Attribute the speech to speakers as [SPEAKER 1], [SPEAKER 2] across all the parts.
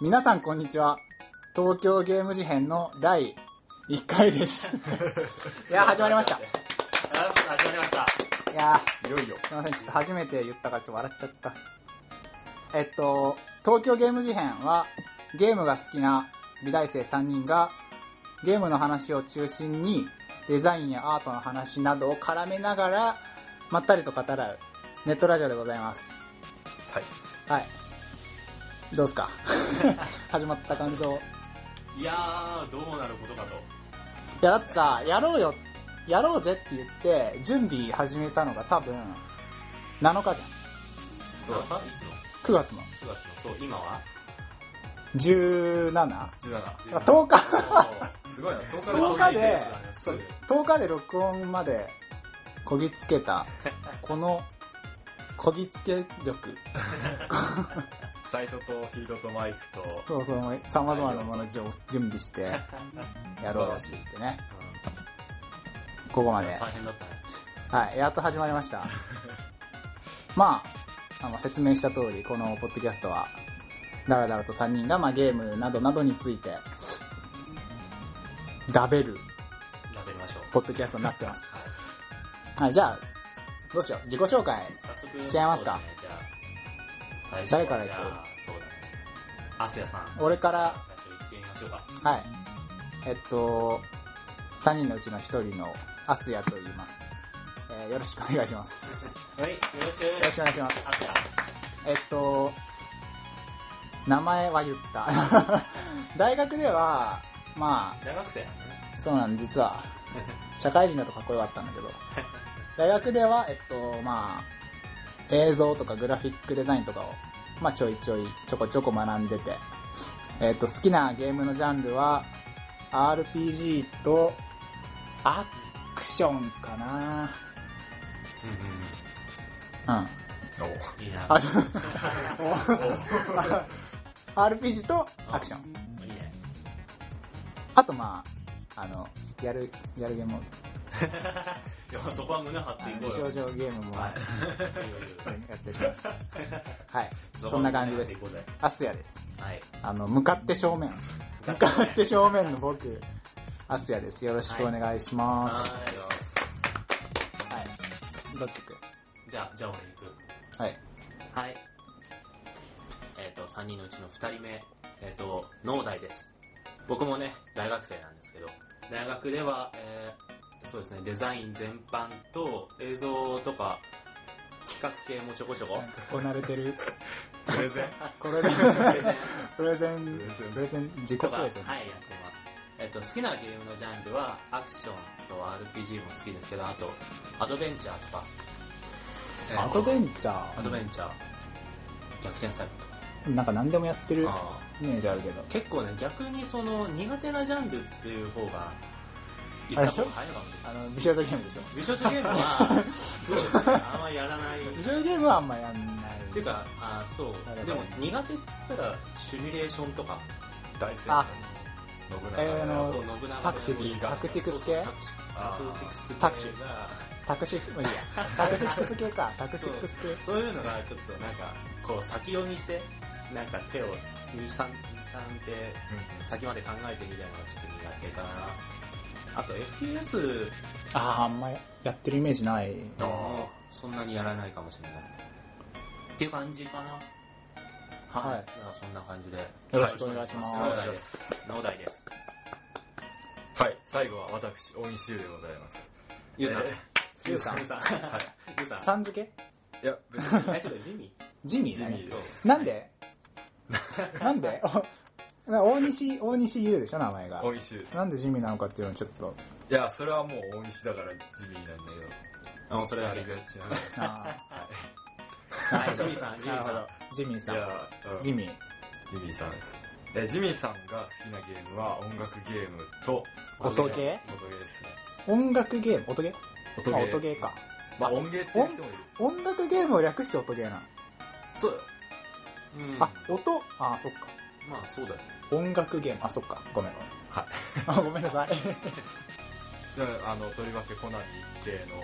[SPEAKER 1] 皆さんこんにちは東京ゲーム事変の第1回です いや始まりました
[SPEAKER 2] 始まりました。
[SPEAKER 1] いや
[SPEAKER 2] いよいよ。
[SPEAKER 1] すいませんちょっと初めて言ったからちょっと笑っちゃったえっと東京ゲーム事変はゲームが好きな美大生3人がゲームの話を中心にデザインやアートの話などを絡めながらまったりと語らうネットラジオでございます
[SPEAKER 2] はい。
[SPEAKER 1] はいどうですか 始まった感想
[SPEAKER 2] いやー、どうなることかと。
[SPEAKER 1] いやだってさやろうよやろうぜって言って準備始めたのが多分7日じゃん
[SPEAKER 2] そう。いつの
[SPEAKER 1] 9月の
[SPEAKER 2] ?9 月の。そう、今は
[SPEAKER 1] 17
[SPEAKER 2] ?17。
[SPEAKER 1] 10日
[SPEAKER 2] 日。すごいな、
[SPEAKER 1] 10
[SPEAKER 2] 10
[SPEAKER 1] 日でそう10日で録音までこぎつけたこのこぎつけ力
[SPEAKER 2] サイトとフィードとマイクと、
[SPEAKER 1] そうそうさまざまなものを準備してやろうよって言ってねここまで
[SPEAKER 2] 大変だったね。
[SPEAKER 1] はい、やっと始まりました。まあ、あの説明した通り、このポッドキャストは、だらだらと3人が、まあ、ゲームなどなどについて、だべる
[SPEAKER 2] やりましょう。
[SPEAKER 1] ポッドキャストになってます。はい、じゃあ、どうしよう。自己紹介。
[SPEAKER 2] 早速、
[SPEAKER 1] しちゃいますか
[SPEAKER 2] そうだねじゃあ、最初
[SPEAKER 1] 誰から
[SPEAKER 2] じゃあ、そうだね。アスヤさん。
[SPEAKER 1] 俺から、
[SPEAKER 2] 最初行ってみましょうか。
[SPEAKER 1] はい。えっと、3人のうちの1人のアスヤと言います。えーよろしくお願いします。
[SPEAKER 2] はい、よろしく。
[SPEAKER 1] よろしくお願いします
[SPEAKER 2] ア。スヤ。
[SPEAKER 1] えっと、名前は言った。 大学では、ま
[SPEAKER 2] 大学生やね
[SPEAKER 1] あ、そうなん、実は、社会人だとかっこよかったんだけど、大学では、えっと、まあ、映像とかグラフィックデザインとかを、まあ、ちょいちょい、ちょこちょこ学んでて、えっと、好きなゲームのジャンルは、RPG と、アクションかなうん。
[SPEAKER 2] うんうん。おいいな。
[SPEAKER 1] あ RPG とアクション。
[SPEAKER 2] いいね。
[SPEAKER 1] あとまあ、あの、やる、やるゲームも、
[SPEAKER 2] いや、そこは胸張ってい
[SPEAKER 1] あ
[SPEAKER 2] こ
[SPEAKER 1] の
[SPEAKER 2] うよ
[SPEAKER 1] 少。女ゲームも
[SPEAKER 2] は
[SPEAKER 1] や
[SPEAKER 2] い。
[SPEAKER 1] ったりします。はい。そんな感じです。アスヤです。
[SPEAKER 2] はい。
[SPEAKER 1] あの、向かって正面。向かって正面の僕、アスヤです。よろしくお願いします。はい。どっち行く
[SPEAKER 2] じゃあ、じゃあ俺行
[SPEAKER 1] はい。
[SPEAKER 2] く。はい。えっ、と、3人のうちの2人目、えっ、と、農大です。僕もね、大学生なんですけど、大学では、えーそうですね、デザイン全般と映像とか、企画系もちょこちょこ
[SPEAKER 1] なん。かこなれてる。
[SPEAKER 2] プレゼ ン
[SPEAKER 1] これで、
[SPEAKER 2] プレゼン
[SPEAKER 1] プレゼン、プレゼン、自己プ
[SPEAKER 2] とか、は
[SPEAKER 1] レ
[SPEAKER 2] い
[SPEAKER 1] ゼ、ン。
[SPEAKER 2] やってます。えっと、好きなゲームのジャンルは、アクションと RPG も好きですけど、あと、アドベンチャーとか、えー
[SPEAKER 1] アドベンチャ
[SPEAKER 2] アドベ
[SPEAKER 1] ー。
[SPEAKER 2] ンチャー、逆転サイク
[SPEAKER 1] なんか何でもやってる
[SPEAKER 2] ルとか。
[SPEAKER 1] イメージあるけど。
[SPEAKER 2] 結構ね、逆にその、苦手なジャンルっていう方が、いっ
[SPEAKER 1] あれ
[SPEAKER 2] た
[SPEAKER 1] でしょ
[SPEAKER 2] 方が早いかもしれない。
[SPEAKER 1] あの、美少女ゲームでしょ。
[SPEAKER 2] 美少女ゲームは、 そうですね、あんまやらない。
[SPEAKER 1] 美
[SPEAKER 2] っ
[SPEAKER 1] 少女ゲームはあんまやんない。
[SPEAKER 2] ていうか、あーそう。でも、苦手って言ったら、シミュレーションとか、
[SPEAKER 3] 大戦
[SPEAKER 1] あ
[SPEAKER 3] 信
[SPEAKER 1] えーあ
[SPEAKER 3] 長
[SPEAKER 1] の
[SPEAKER 2] そう、信長
[SPEAKER 1] タクシー
[SPEAKER 2] の
[SPEAKER 1] タクティクス系
[SPEAKER 2] そうそうタクシー
[SPEAKER 1] あー
[SPEAKER 2] タク
[SPEAKER 1] タク
[SPEAKER 2] ティクス系が、
[SPEAKER 1] シー、もういいや。 タクシックス系か。タクシックス系。
[SPEAKER 2] そういうのがちょっとなんか、こう先読みして、なんか手を2、3、3って先まで考えてみたいなのがちょっと苦手かな。あと FPS
[SPEAKER 1] ああ、あんまやってるイメージない。
[SPEAKER 2] もそんなにやらないかもしれない。っていう感じかな。はい。
[SPEAKER 1] はい
[SPEAKER 2] じゃあそんな感じで。よ
[SPEAKER 1] よろしくお願いしま
[SPEAKER 2] ろしくお願いし
[SPEAKER 1] す。
[SPEAKER 2] ます。農大です。
[SPEAKER 3] はい、最後は私、大西優でございます。
[SPEAKER 2] ゆうさん
[SPEAKER 3] え。
[SPEAKER 1] ゆうさん
[SPEAKER 2] ゆうさん。ゆうさん。
[SPEAKER 1] さん付け
[SPEAKER 3] いや、別に
[SPEAKER 2] えちょっとジミ
[SPEAKER 1] ジミー
[SPEAKER 3] 地
[SPEAKER 1] だね
[SPEAKER 3] 味。です。
[SPEAKER 1] なんでなん でおな大西、大西優でしょ、名前が。
[SPEAKER 3] 大西優です。
[SPEAKER 1] なんでジミーなのかっていうのちょっと、
[SPEAKER 3] いや、それはもう大西だから地味なんだ
[SPEAKER 2] ー。あ、それ
[SPEAKER 3] け
[SPEAKER 2] だ
[SPEAKER 3] ど。あ
[SPEAKER 2] け
[SPEAKER 3] り。がちな。
[SPEAKER 1] あ
[SPEAKER 2] はい、ジミーさん、ジ
[SPEAKER 1] ー
[SPEAKER 2] ミ
[SPEAKER 1] なる
[SPEAKER 2] ー
[SPEAKER 1] ほ
[SPEAKER 2] さん
[SPEAKER 1] ど。。ジミーさ
[SPEAKER 3] い
[SPEAKER 1] ん。
[SPEAKER 3] や、うん
[SPEAKER 1] ジミー。
[SPEAKER 3] ジミーさんです。え、ジミーさんが好きなゲームは音楽ゲームと、
[SPEAKER 1] 音ゲ
[SPEAKER 3] 音ゲーですね。
[SPEAKER 1] 音楽ゲーム音ゲー
[SPEAKER 3] 音
[SPEAKER 1] あ
[SPEAKER 3] ゲー。
[SPEAKER 1] 音ゲーか。
[SPEAKER 3] まあ音ゲーって言ってもいる。
[SPEAKER 1] 音楽ゲームを略して音ゲーなの。
[SPEAKER 3] そう。
[SPEAKER 2] うん。
[SPEAKER 1] あ、音あ、そっか。
[SPEAKER 2] まあそうだよね。
[SPEAKER 1] 音楽ゲーム。あ、そっか。ごめん
[SPEAKER 3] はい。
[SPEAKER 1] ごめん。あごめんなさい。
[SPEAKER 3] であの、とりわけコナミ系の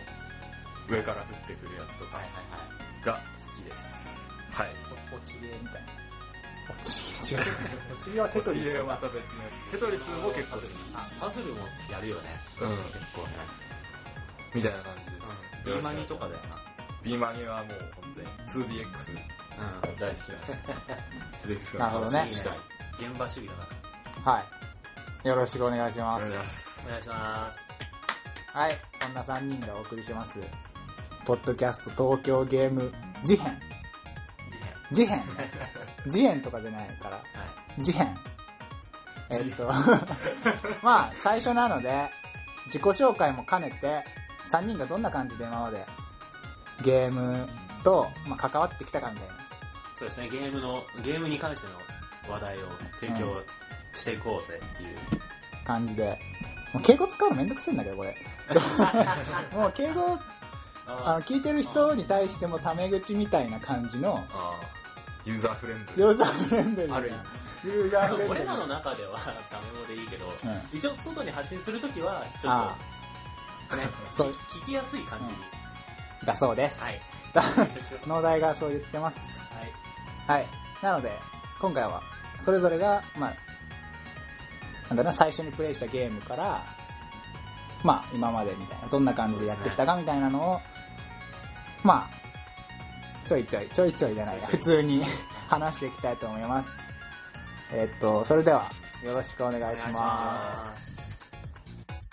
[SPEAKER 3] 上から降ってくるやつとか
[SPEAKER 2] はいはいはい。
[SPEAKER 3] が好きです。はい。
[SPEAKER 1] 落ちゲーみたいな。落ち違う。落ちはテトリスだ
[SPEAKER 3] 星入れ
[SPEAKER 1] な
[SPEAKER 3] はまた別のやつ。テトリスも結構好き
[SPEAKER 2] あパズルもやるよね、
[SPEAKER 3] うん
[SPEAKER 2] 結構ね、
[SPEAKER 3] みたいな感じで
[SPEAKER 2] う
[SPEAKER 3] す。
[SPEAKER 2] ん、ビーマニとかだよ
[SPEAKER 3] ビーマニはもう本当に 2DX。
[SPEAKER 2] な、うん、大好きだ
[SPEAKER 3] 2DX
[SPEAKER 1] なるほどね
[SPEAKER 3] 楽しい
[SPEAKER 2] 現場主義だな
[SPEAKER 1] はい。よろしくお願いし
[SPEAKER 3] あ
[SPEAKER 1] ま
[SPEAKER 3] りがとう
[SPEAKER 1] す
[SPEAKER 3] ござい。ます。
[SPEAKER 2] お願いします
[SPEAKER 1] はい。そんな3人がお送りします。ポッドキャスト東京ゲーム事変。
[SPEAKER 2] 次編
[SPEAKER 1] 事 変。事変とかじゃないから。
[SPEAKER 2] はい
[SPEAKER 1] 事変。えっと、 まあ、最初なので、自己紹介も兼ねて、3人がどんな感じで今までゲームと、まあ、関わってきたかみたいな。
[SPEAKER 2] そうですねゲームのゲームに関しての話題を提供していこうぜっていう、
[SPEAKER 1] 感じで。もう敬語使うのめんどくせえんだけど、これ。 もう敬語、あの、
[SPEAKER 2] あ
[SPEAKER 1] 聞いてる人に対してもタメ口みたいな感じの、
[SPEAKER 2] あ
[SPEAKER 3] ユーザーフレンドリー。
[SPEAKER 1] ユーザーフレンドリーな。
[SPEAKER 2] ある
[SPEAKER 1] ユーザーフレンドリ
[SPEAKER 2] 俺
[SPEAKER 1] ーな。
[SPEAKER 2] らの中では ダメ語でいいけど、
[SPEAKER 1] う
[SPEAKER 2] 一応外に発信するときはちょ
[SPEAKER 1] あ
[SPEAKER 2] っ とね
[SPEAKER 1] そう
[SPEAKER 2] 聞きやすい感じに、
[SPEAKER 1] だそうです。
[SPEAKER 2] はい
[SPEAKER 1] だ
[SPEAKER 2] お願いします
[SPEAKER 1] 農大がそう言ってます。
[SPEAKER 2] はい
[SPEAKER 1] はい。なので、今回は、それぞれが、まあ、なんだろうな、最初にプレイしたゲームから、まあ、今までみたいな、どんな感じでやってきたかみたいなのを、まあ、ちょいちょい、ちょいちょいじゃないな、
[SPEAKER 2] ちょ
[SPEAKER 1] 普
[SPEAKER 2] いちょ
[SPEAKER 1] 通に 話していきたいと思います。えっと、それでは、よろしくお願いし
[SPEAKER 2] お願いし
[SPEAKER 1] ます。
[SPEAKER 2] ます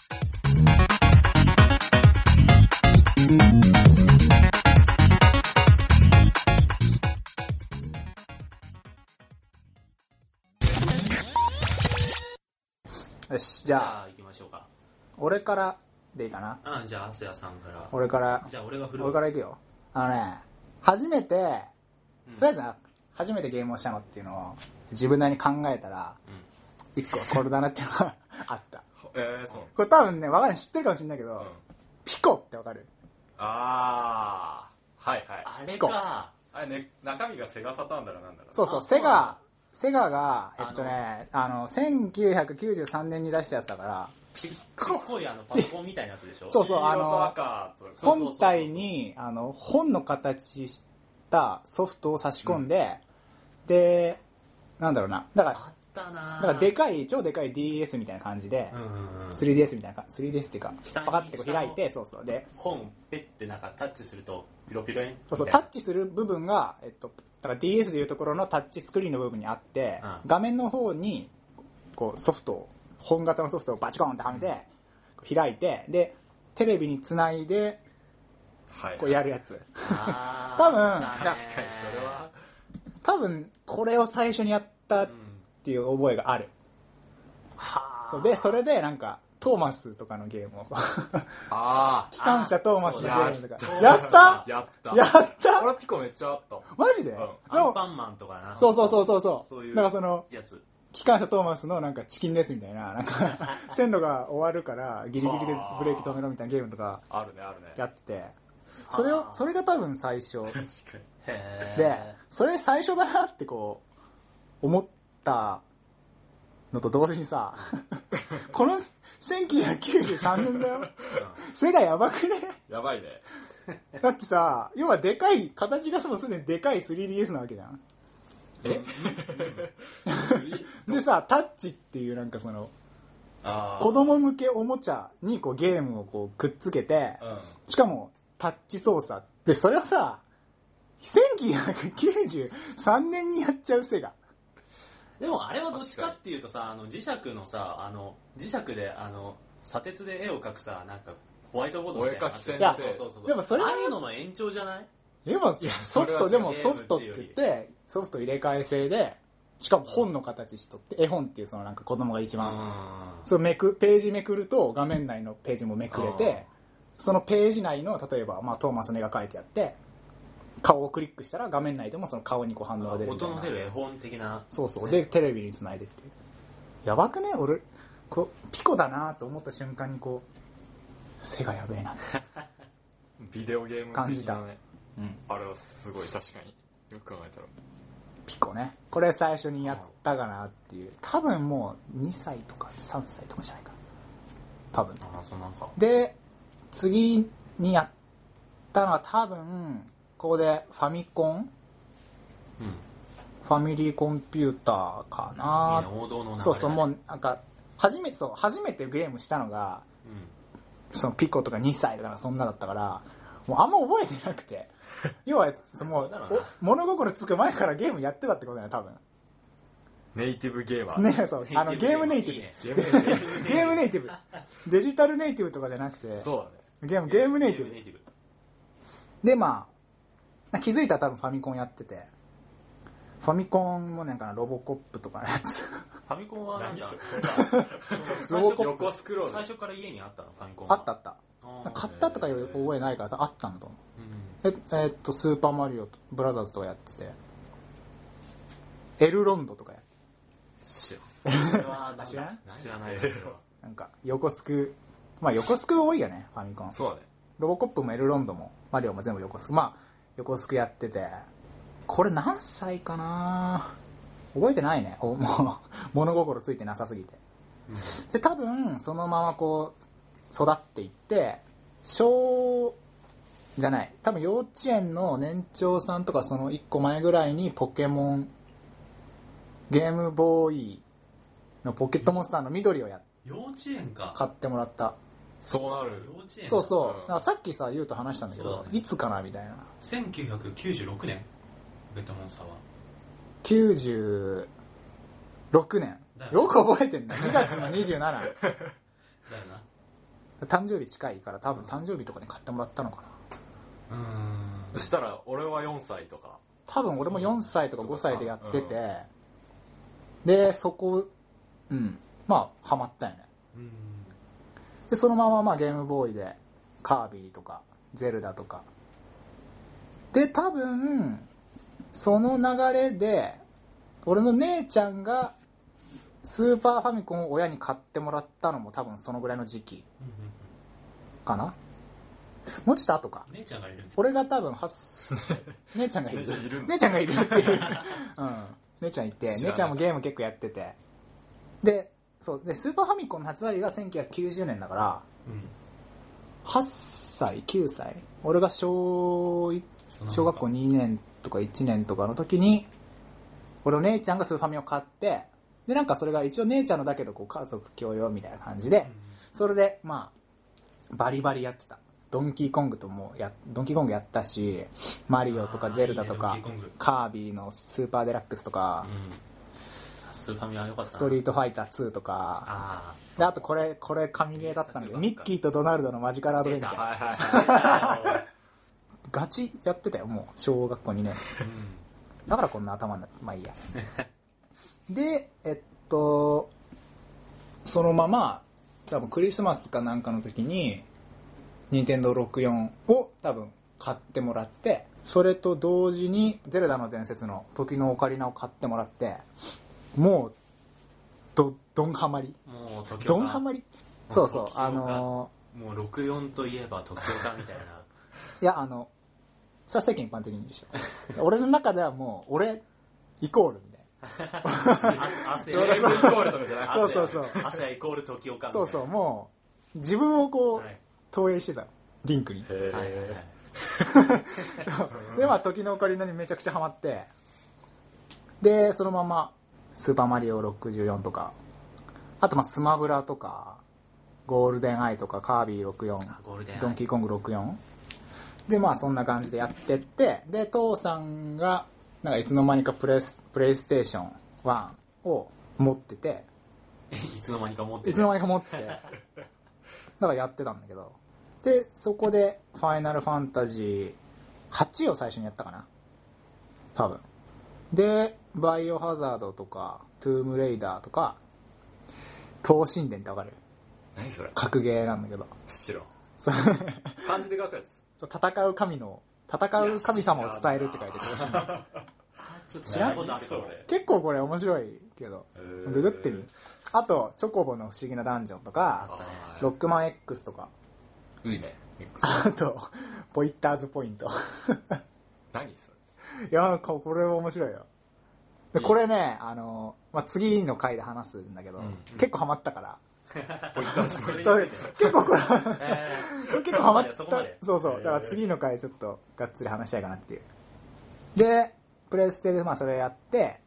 [SPEAKER 1] よし、じ
[SPEAKER 2] じ
[SPEAKER 1] ゃあ、
[SPEAKER 2] ゃあ行きましょうか
[SPEAKER 1] 俺からでいいかな。
[SPEAKER 2] あじゃあアスヤさんから
[SPEAKER 1] 俺から、
[SPEAKER 2] じゃあ俺が振る
[SPEAKER 1] 俺からいくよ。あのね、初めて、
[SPEAKER 2] うん
[SPEAKER 1] とりあえずな初めてゲームをしたのっていうのを自分なりに考えたら
[SPEAKER 2] うん
[SPEAKER 1] 一個これだなっていうの があった
[SPEAKER 3] えー、そう。
[SPEAKER 1] これ多分ね分かる知ってるかもしれないけど、
[SPEAKER 3] うん。
[SPEAKER 1] ピコって分かる
[SPEAKER 3] あー。はいはい。
[SPEAKER 2] あれ
[SPEAKER 1] ピコ
[SPEAKER 2] か
[SPEAKER 3] あれね、中身がセガサターンだらなんだろう。
[SPEAKER 1] そうそう
[SPEAKER 2] あ
[SPEAKER 1] セ
[SPEAKER 2] そうなん
[SPEAKER 1] ガ
[SPEAKER 2] だ
[SPEAKER 1] セガがえ
[SPEAKER 2] あの
[SPEAKER 1] っとねあの1993年に出したやつだから
[SPEAKER 2] ピコピコであのパソコンみたいなやつでしょ
[SPEAKER 1] そうそうあ
[SPEAKER 3] 黄色と
[SPEAKER 1] の
[SPEAKER 3] 赤と
[SPEAKER 2] そうそうそうそう
[SPEAKER 1] 本体にあの本の形したソフトを差し込んで、でなんだろうなだから
[SPEAKER 2] あったな
[SPEAKER 1] だ
[SPEAKER 2] ぁ
[SPEAKER 1] からでかい超でかい DS みたいな感じで、
[SPEAKER 2] うんうんうん
[SPEAKER 1] 3DS みたいな感じ 3DS っていうか
[SPEAKER 2] 下に
[SPEAKER 1] パカッてこう開いてそうそうで
[SPEAKER 2] 本ペッてなんかタッチするとピロピロに
[SPEAKER 1] そうそう、
[SPEAKER 2] み
[SPEAKER 1] タ
[SPEAKER 2] たい
[SPEAKER 1] ッチする部分が、えっと、だから DS でいうところのタッチスクリーンの部分にあって、
[SPEAKER 2] うん
[SPEAKER 1] 画面の方に、こう、ソフトを、本型のソフトをバチコーンってはめて、こう開いて、で、テレビにつないで、
[SPEAKER 3] はい。
[SPEAKER 1] こうやるやつ。
[SPEAKER 2] な
[SPEAKER 1] 多分
[SPEAKER 2] あー
[SPEAKER 1] 確
[SPEAKER 3] 確かにそれは、
[SPEAKER 1] 多分、これを最初にやったっ
[SPEAKER 2] うん
[SPEAKER 1] ていう覚えがある。
[SPEAKER 2] は
[SPEAKER 1] そうで、それで、なんか、トーマスとかのゲームを。
[SPEAKER 3] あ
[SPEAKER 1] 機関車トーマスの
[SPEAKER 2] そう
[SPEAKER 1] ゲ
[SPEAKER 2] だ
[SPEAKER 1] ームとか
[SPEAKER 2] そう。だ
[SPEAKER 1] やった
[SPEAKER 3] ー。やった。
[SPEAKER 1] やった
[SPEAKER 3] 俺ピコめっちゃあった。
[SPEAKER 1] マジで、
[SPEAKER 3] ん
[SPEAKER 1] でも
[SPEAKER 2] アンパンマンとかな
[SPEAKER 1] そうそうそうそうそう。
[SPEAKER 2] そういう
[SPEAKER 1] なんかその、
[SPEAKER 2] やつ
[SPEAKER 1] 機関車トーマスのなんかチキンレースみたいな、なんか線路が終わるからギリギリでブレーキ止めろみたいなゲームとか
[SPEAKER 3] あるね、あるね。
[SPEAKER 1] やってて、それを、それが多分最初。
[SPEAKER 3] 確かに。
[SPEAKER 2] へー
[SPEAKER 1] で、それ最初だなってこう、思ったのと同時にさ、この1993年だよ。背がやばくね
[SPEAKER 3] やばいね。
[SPEAKER 1] だってさ、要はでかい、形がそもすでにでかい 3DS なわけじゃん。
[SPEAKER 2] え
[SPEAKER 1] でさ、タッチっていうなんかその、
[SPEAKER 3] あー
[SPEAKER 1] 子供向けおもちゃにこうゲームをこうくっつけて、
[SPEAKER 3] うん。
[SPEAKER 1] しかもタッチ操作。で、それをさ、1993年にやっちゃうセガ。
[SPEAKER 2] でもあれはどっちかっていうとさあの磁石のさあの磁石であの砂鉄で絵を描くさなんかホワイトボードみたいなやつ
[SPEAKER 3] お絵描き先
[SPEAKER 1] 生
[SPEAKER 2] そうそうそうそう
[SPEAKER 1] でもそれは
[SPEAKER 2] ああいうのの延長じゃない
[SPEAKER 1] でも
[SPEAKER 3] や
[SPEAKER 1] ソフト、
[SPEAKER 3] そ
[SPEAKER 1] で
[SPEAKER 3] れは
[SPEAKER 1] も
[SPEAKER 2] 違う
[SPEAKER 1] ソフトって言って、ソフト入れ替え制で、しかも本の形しとって、絵本っていうそのなんか子供が一番、
[SPEAKER 2] う
[SPEAKER 1] そうめく、ページめくると画面内のページもめくれ
[SPEAKER 2] うん
[SPEAKER 1] て、そのページ内の、例えば、まあトーマスの絵が描いてあって、顔をクリックしたら画面内でもその顔にこう反応が出るみた
[SPEAKER 2] 音
[SPEAKER 1] いな。
[SPEAKER 2] の出る絵本的な
[SPEAKER 1] そうそう。で、テレビにつないでっていう。やばくね俺、こう、ピコだなと思った瞬間にこう、背がやべえな。
[SPEAKER 3] ビデオゲーム
[SPEAKER 1] 感
[SPEAKER 3] 的
[SPEAKER 1] じた
[SPEAKER 3] なね。
[SPEAKER 1] うん。
[SPEAKER 3] あれはすごい、確かに。よく考えたら。
[SPEAKER 1] ピコね。これ最初にやったかなっていう。多分もう2歳とか3歳とかじゃないかな。多分。
[SPEAKER 2] あそうなんか
[SPEAKER 1] で、次にやったのは多分、ここでファミコン
[SPEAKER 2] うん
[SPEAKER 1] フファミリーコンピューターかな
[SPEAKER 2] ね王道の流れだね
[SPEAKER 1] そうそう、もうなんか、初めて、そう、初めてゲームしたのが、そのピコとか2歳とかそんなだったから、もうあんま覚えてなく て。要は、そのも
[SPEAKER 2] そう
[SPEAKER 1] う
[SPEAKER 2] だろうな
[SPEAKER 1] お物心つく前からゲームやってたってことだよね、多分。
[SPEAKER 3] ネイティブゲーマー。
[SPEAKER 1] ねそう、あの、ゲームネイティ
[SPEAKER 2] いい
[SPEAKER 1] ブ
[SPEAKER 2] ね。
[SPEAKER 3] ゲームネイテ
[SPEAKER 1] ゲームネイ ティブ。デジタルネイティブとかじゃなくて、
[SPEAKER 3] ィブ。そうだね。
[SPEAKER 1] ゲー
[SPEAKER 2] う
[SPEAKER 1] ム、
[SPEAKER 2] ん
[SPEAKER 1] ゲームネイティ
[SPEAKER 2] ゲ
[SPEAKER 1] ブ
[SPEAKER 2] ー。ブ
[SPEAKER 1] で、まあ、気づいたら多分ファミコンやってて、ファミコンもなんかな、ロボコップとかのやつ。
[SPEAKER 2] ファミコンは何だ
[SPEAKER 3] 何
[SPEAKER 2] 最
[SPEAKER 1] ロボコップ
[SPEAKER 2] 初
[SPEAKER 3] 横スクロール
[SPEAKER 2] 最初から家にあったのファミコン
[SPEAKER 1] あ
[SPEAKER 2] は
[SPEAKER 1] ったあった。
[SPEAKER 2] あー
[SPEAKER 1] 買ったとかいう覚えないからさあったんだと思う。
[SPEAKER 2] うん
[SPEAKER 1] え、えーっと、スーパーマリオブラザーズとかやってて、エルロンドとかやって
[SPEAKER 3] 知らん
[SPEAKER 2] それはなんだ
[SPEAKER 1] 知らん
[SPEAKER 2] 知らないけど
[SPEAKER 1] なんか、横スク、まあ横スク多いよね、ファミコン。
[SPEAKER 3] そうだね。
[SPEAKER 1] ロボコップもエルロンドも、マリオも全部横スク。まあ、横スクやってて、これ何歳かな覚えてないね。おもう、物心ついてなさすぎて。で、多分、そのままこう、育っていって、小、じゃない。多分幼稚園の年長さんとかその1個前ぐらいにポケモン、ゲームボーイのポケットモンスターの緑をや
[SPEAKER 2] 幼稚園か
[SPEAKER 1] 買ってもらった。
[SPEAKER 3] そうなる。
[SPEAKER 2] 幼稚園
[SPEAKER 1] そうそう。
[SPEAKER 3] うん
[SPEAKER 1] だからさっきさ、ゆうと話したんだけ
[SPEAKER 2] そう
[SPEAKER 1] ど、
[SPEAKER 2] だね
[SPEAKER 1] いつかなみたいな。
[SPEAKER 2] 1996年ポケットモンスターは
[SPEAKER 1] 96年
[SPEAKER 2] だ。よね
[SPEAKER 1] よく覚えてんだ。2月の27。
[SPEAKER 2] だよな
[SPEAKER 1] 誕生日近いから多分誕生日とかに買ってもらったのかな。
[SPEAKER 2] うーん
[SPEAKER 3] そしたら、俺は4歳とか。
[SPEAKER 1] 多分俺も4歳とか5歳でやってて、
[SPEAKER 3] う
[SPEAKER 1] で、そこ、うん、まあ、ハマったよね。
[SPEAKER 2] うん
[SPEAKER 1] で、そのまままあゲームボーイで、カービィとか、ゼルダとか。で、多分、その流れで、俺の姉ちゃんが、スーパーファミコンを親に買ってもらったのも多分そのぐらいの時期
[SPEAKER 2] うんうん
[SPEAKER 1] かなもうちょっと後か
[SPEAKER 2] う。ん姉ちゃんがいるんだ
[SPEAKER 1] 俺が多分8歳。 姉ちゃんがいる
[SPEAKER 3] 姉ちゃんいる。んだ
[SPEAKER 1] 姉ちゃんがいるって いう。うん。姉ちゃんいて、
[SPEAKER 3] 知らなかった
[SPEAKER 1] 姉ちゃんもゲーム結構やってて。で、そう、で、スーパーファミコンの発売日が1990年だから、
[SPEAKER 2] うん
[SPEAKER 1] 8歳、9歳俺が小い、
[SPEAKER 2] そんなもんか
[SPEAKER 1] 小学校2年とか1年とかの時に、俺の姉ちゃんがスーファミを買って、で、なんかそれが一応姉ちゃんのだけど、こう家族共用みたいな感じで、それで、まあ、バリバリやってた。ドンキーコングともや、ドンキーコングやったし、マリオと
[SPEAKER 2] あ
[SPEAKER 1] か
[SPEAKER 2] ー
[SPEAKER 1] ゼルダと
[SPEAKER 2] い
[SPEAKER 1] か
[SPEAKER 2] いねドンキーコング、
[SPEAKER 1] カービィのスーパーデラックスとか
[SPEAKER 2] う、んスーファミは良かった
[SPEAKER 1] ス
[SPEAKER 2] な
[SPEAKER 1] トリートファイター2とか、
[SPEAKER 2] あ
[SPEAKER 1] で、あとこれ、これ神ゲーだったんだけど、ミッキーとドナルドのマジカルアドベンチャー。
[SPEAKER 3] はいはいは
[SPEAKER 1] ガチやってたよ、もう。小学校2年。
[SPEAKER 2] あうん
[SPEAKER 1] だからこんな頭になって、まあいいや。で、えっと、そのまま、多分クリスマスかなんかの時に、任天堂64を多分買ってもらって、それと同時に、ゼルダの伝説の時のオカリナを買ってもらって、もう、ど、どんハマり。
[SPEAKER 2] もう時岡
[SPEAKER 1] どんハマりそうそう、
[SPEAKER 2] 時岡
[SPEAKER 1] あの
[SPEAKER 2] もう64といえば時岡みた いな
[SPEAKER 1] ー、いや、あの、それは世間一般的にでしょ。俺の中ではもう、俺、イコールみたいな。
[SPEAKER 2] 汗
[SPEAKER 3] ドラゴンボールとかじゃない
[SPEAKER 1] そうそうそう
[SPEAKER 2] 汗イコール時岡みたいな
[SPEAKER 1] そうそう、もう、自分をこう、
[SPEAKER 2] はい
[SPEAKER 1] 投影してたのリンクに。
[SPEAKER 3] い。
[SPEAKER 2] はいはい
[SPEAKER 3] へ
[SPEAKER 2] はい
[SPEAKER 1] で、まあ、時のオカリナにめちゃくちゃハマって、で、そのまま、スーパーマリオ64とか、あと、まあ、スマブラとか、ゴールデンアイとか、カービィ
[SPEAKER 2] あゴールデン
[SPEAKER 1] 64、
[SPEAKER 2] アイ
[SPEAKER 1] ドンキーコング64。で、まあ、そんな感じでやってって、で、父さんが、なんかいつの間にかプレス、プレイステーション1を持ってて、
[SPEAKER 2] いつの間にか思って
[SPEAKER 1] いつの間にか持ってて、だからやってたんだけど。で、そこで、ファイナルファンタジー8を最初にやったかな。多分。で、バイオハザードとか、トゥームレイダーとか、東神殿ってわかる
[SPEAKER 3] 何それ
[SPEAKER 1] 格ゲーなんだけど。
[SPEAKER 3] 白。
[SPEAKER 1] そう
[SPEAKER 3] 漢字で書くやつ。
[SPEAKER 1] 戦う神の、戦う神様を伝えるって書いて東神殿。
[SPEAKER 2] ちょっと
[SPEAKER 1] 知らん
[SPEAKER 2] やったことあるかも
[SPEAKER 3] それ
[SPEAKER 1] 結構これ面白いけど、
[SPEAKER 3] ー
[SPEAKER 1] ググってみ。あと、チョコボの不思議なダンジョンとか、
[SPEAKER 3] あ
[SPEAKER 1] ロックマン X とか、
[SPEAKER 3] いいね。
[SPEAKER 1] あと、ポイッターズポイント。
[SPEAKER 3] 何そ
[SPEAKER 1] いや、なんかこれは面白いよ。で、これね、あの、まあ、次の回で話すんだけど、結構ハマったから。
[SPEAKER 3] れポイント集める
[SPEAKER 1] そう結構これ、
[SPEAKER 2] え
[SPEAKER 1] これ結構ハマった。
[SPEAKER 2] そ
[SPEAKER 1] そ
[SPEAKER 2] こまで
[SPEAKER 1] うそう。だから次の回ちょっとがっつり話したいかなっていう。で、プレステでまあそれやって、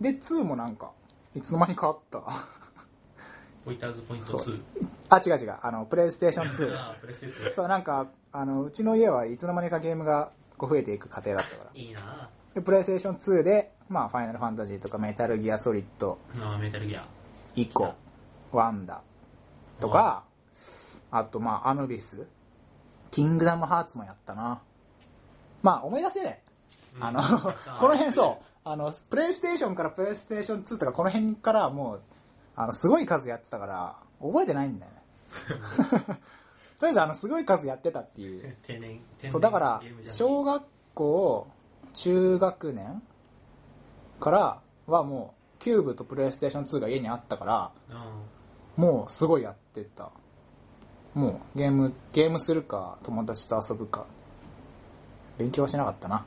[SPEAKER 1] で、2もなんか、いつの間にかあった。
[SPEAKER 4] ポイターズポイント
[SPEAKER 1] そう
[SPEAKER 4] 2。
[SPEAKER 1] あ、違う違う、あの、プレイステーション2。
[SPEAKER 4] ああ、プレステ2。
[SPEAKER 1] そう、なんか、あの、うちの家はいつの間にかゲームがこう増えていく過程だったから。
[SPEAKER 4] いいな
[SPEAKER 1] で、プレイステーション2で、まあ、ファイナルファンタジーとかメタルギアソリッド
[SPEAKER 4] ぁ。ああ、メタルギア。
[SPEAKER 1] 1個、ワンダとか、あと、まあ、アヌビス、キングダムハーツもやったな。まあ、思い出せね
[SPEAKER 4] うんた
[SPEAKER 1] あの、
[SPEAKER 4] くさんある
[SPEAKER 1] この辺そう、あの、プレイステーションからプレイステーション2とかこの辺からもう、あの、すごい数やってたから、覚えてないん だよね。とりあえず、あの、すごい数やってたっていう。
[SPEAKER 4] 天然、天然
[SPEAKER 1] そう、だから
[SPEAKER 4] ゲーム、じゃん
[SPEAKER 1] 小学校、中学年からはもう、キューブとプレイステーション2が家にあったから、
[SPEAKER 4] うん。
[SPEAKER 1] もうすごいやってた。もう、ゲーム、ゲームするか、友達と遊ぶか。勉強はしなかったな。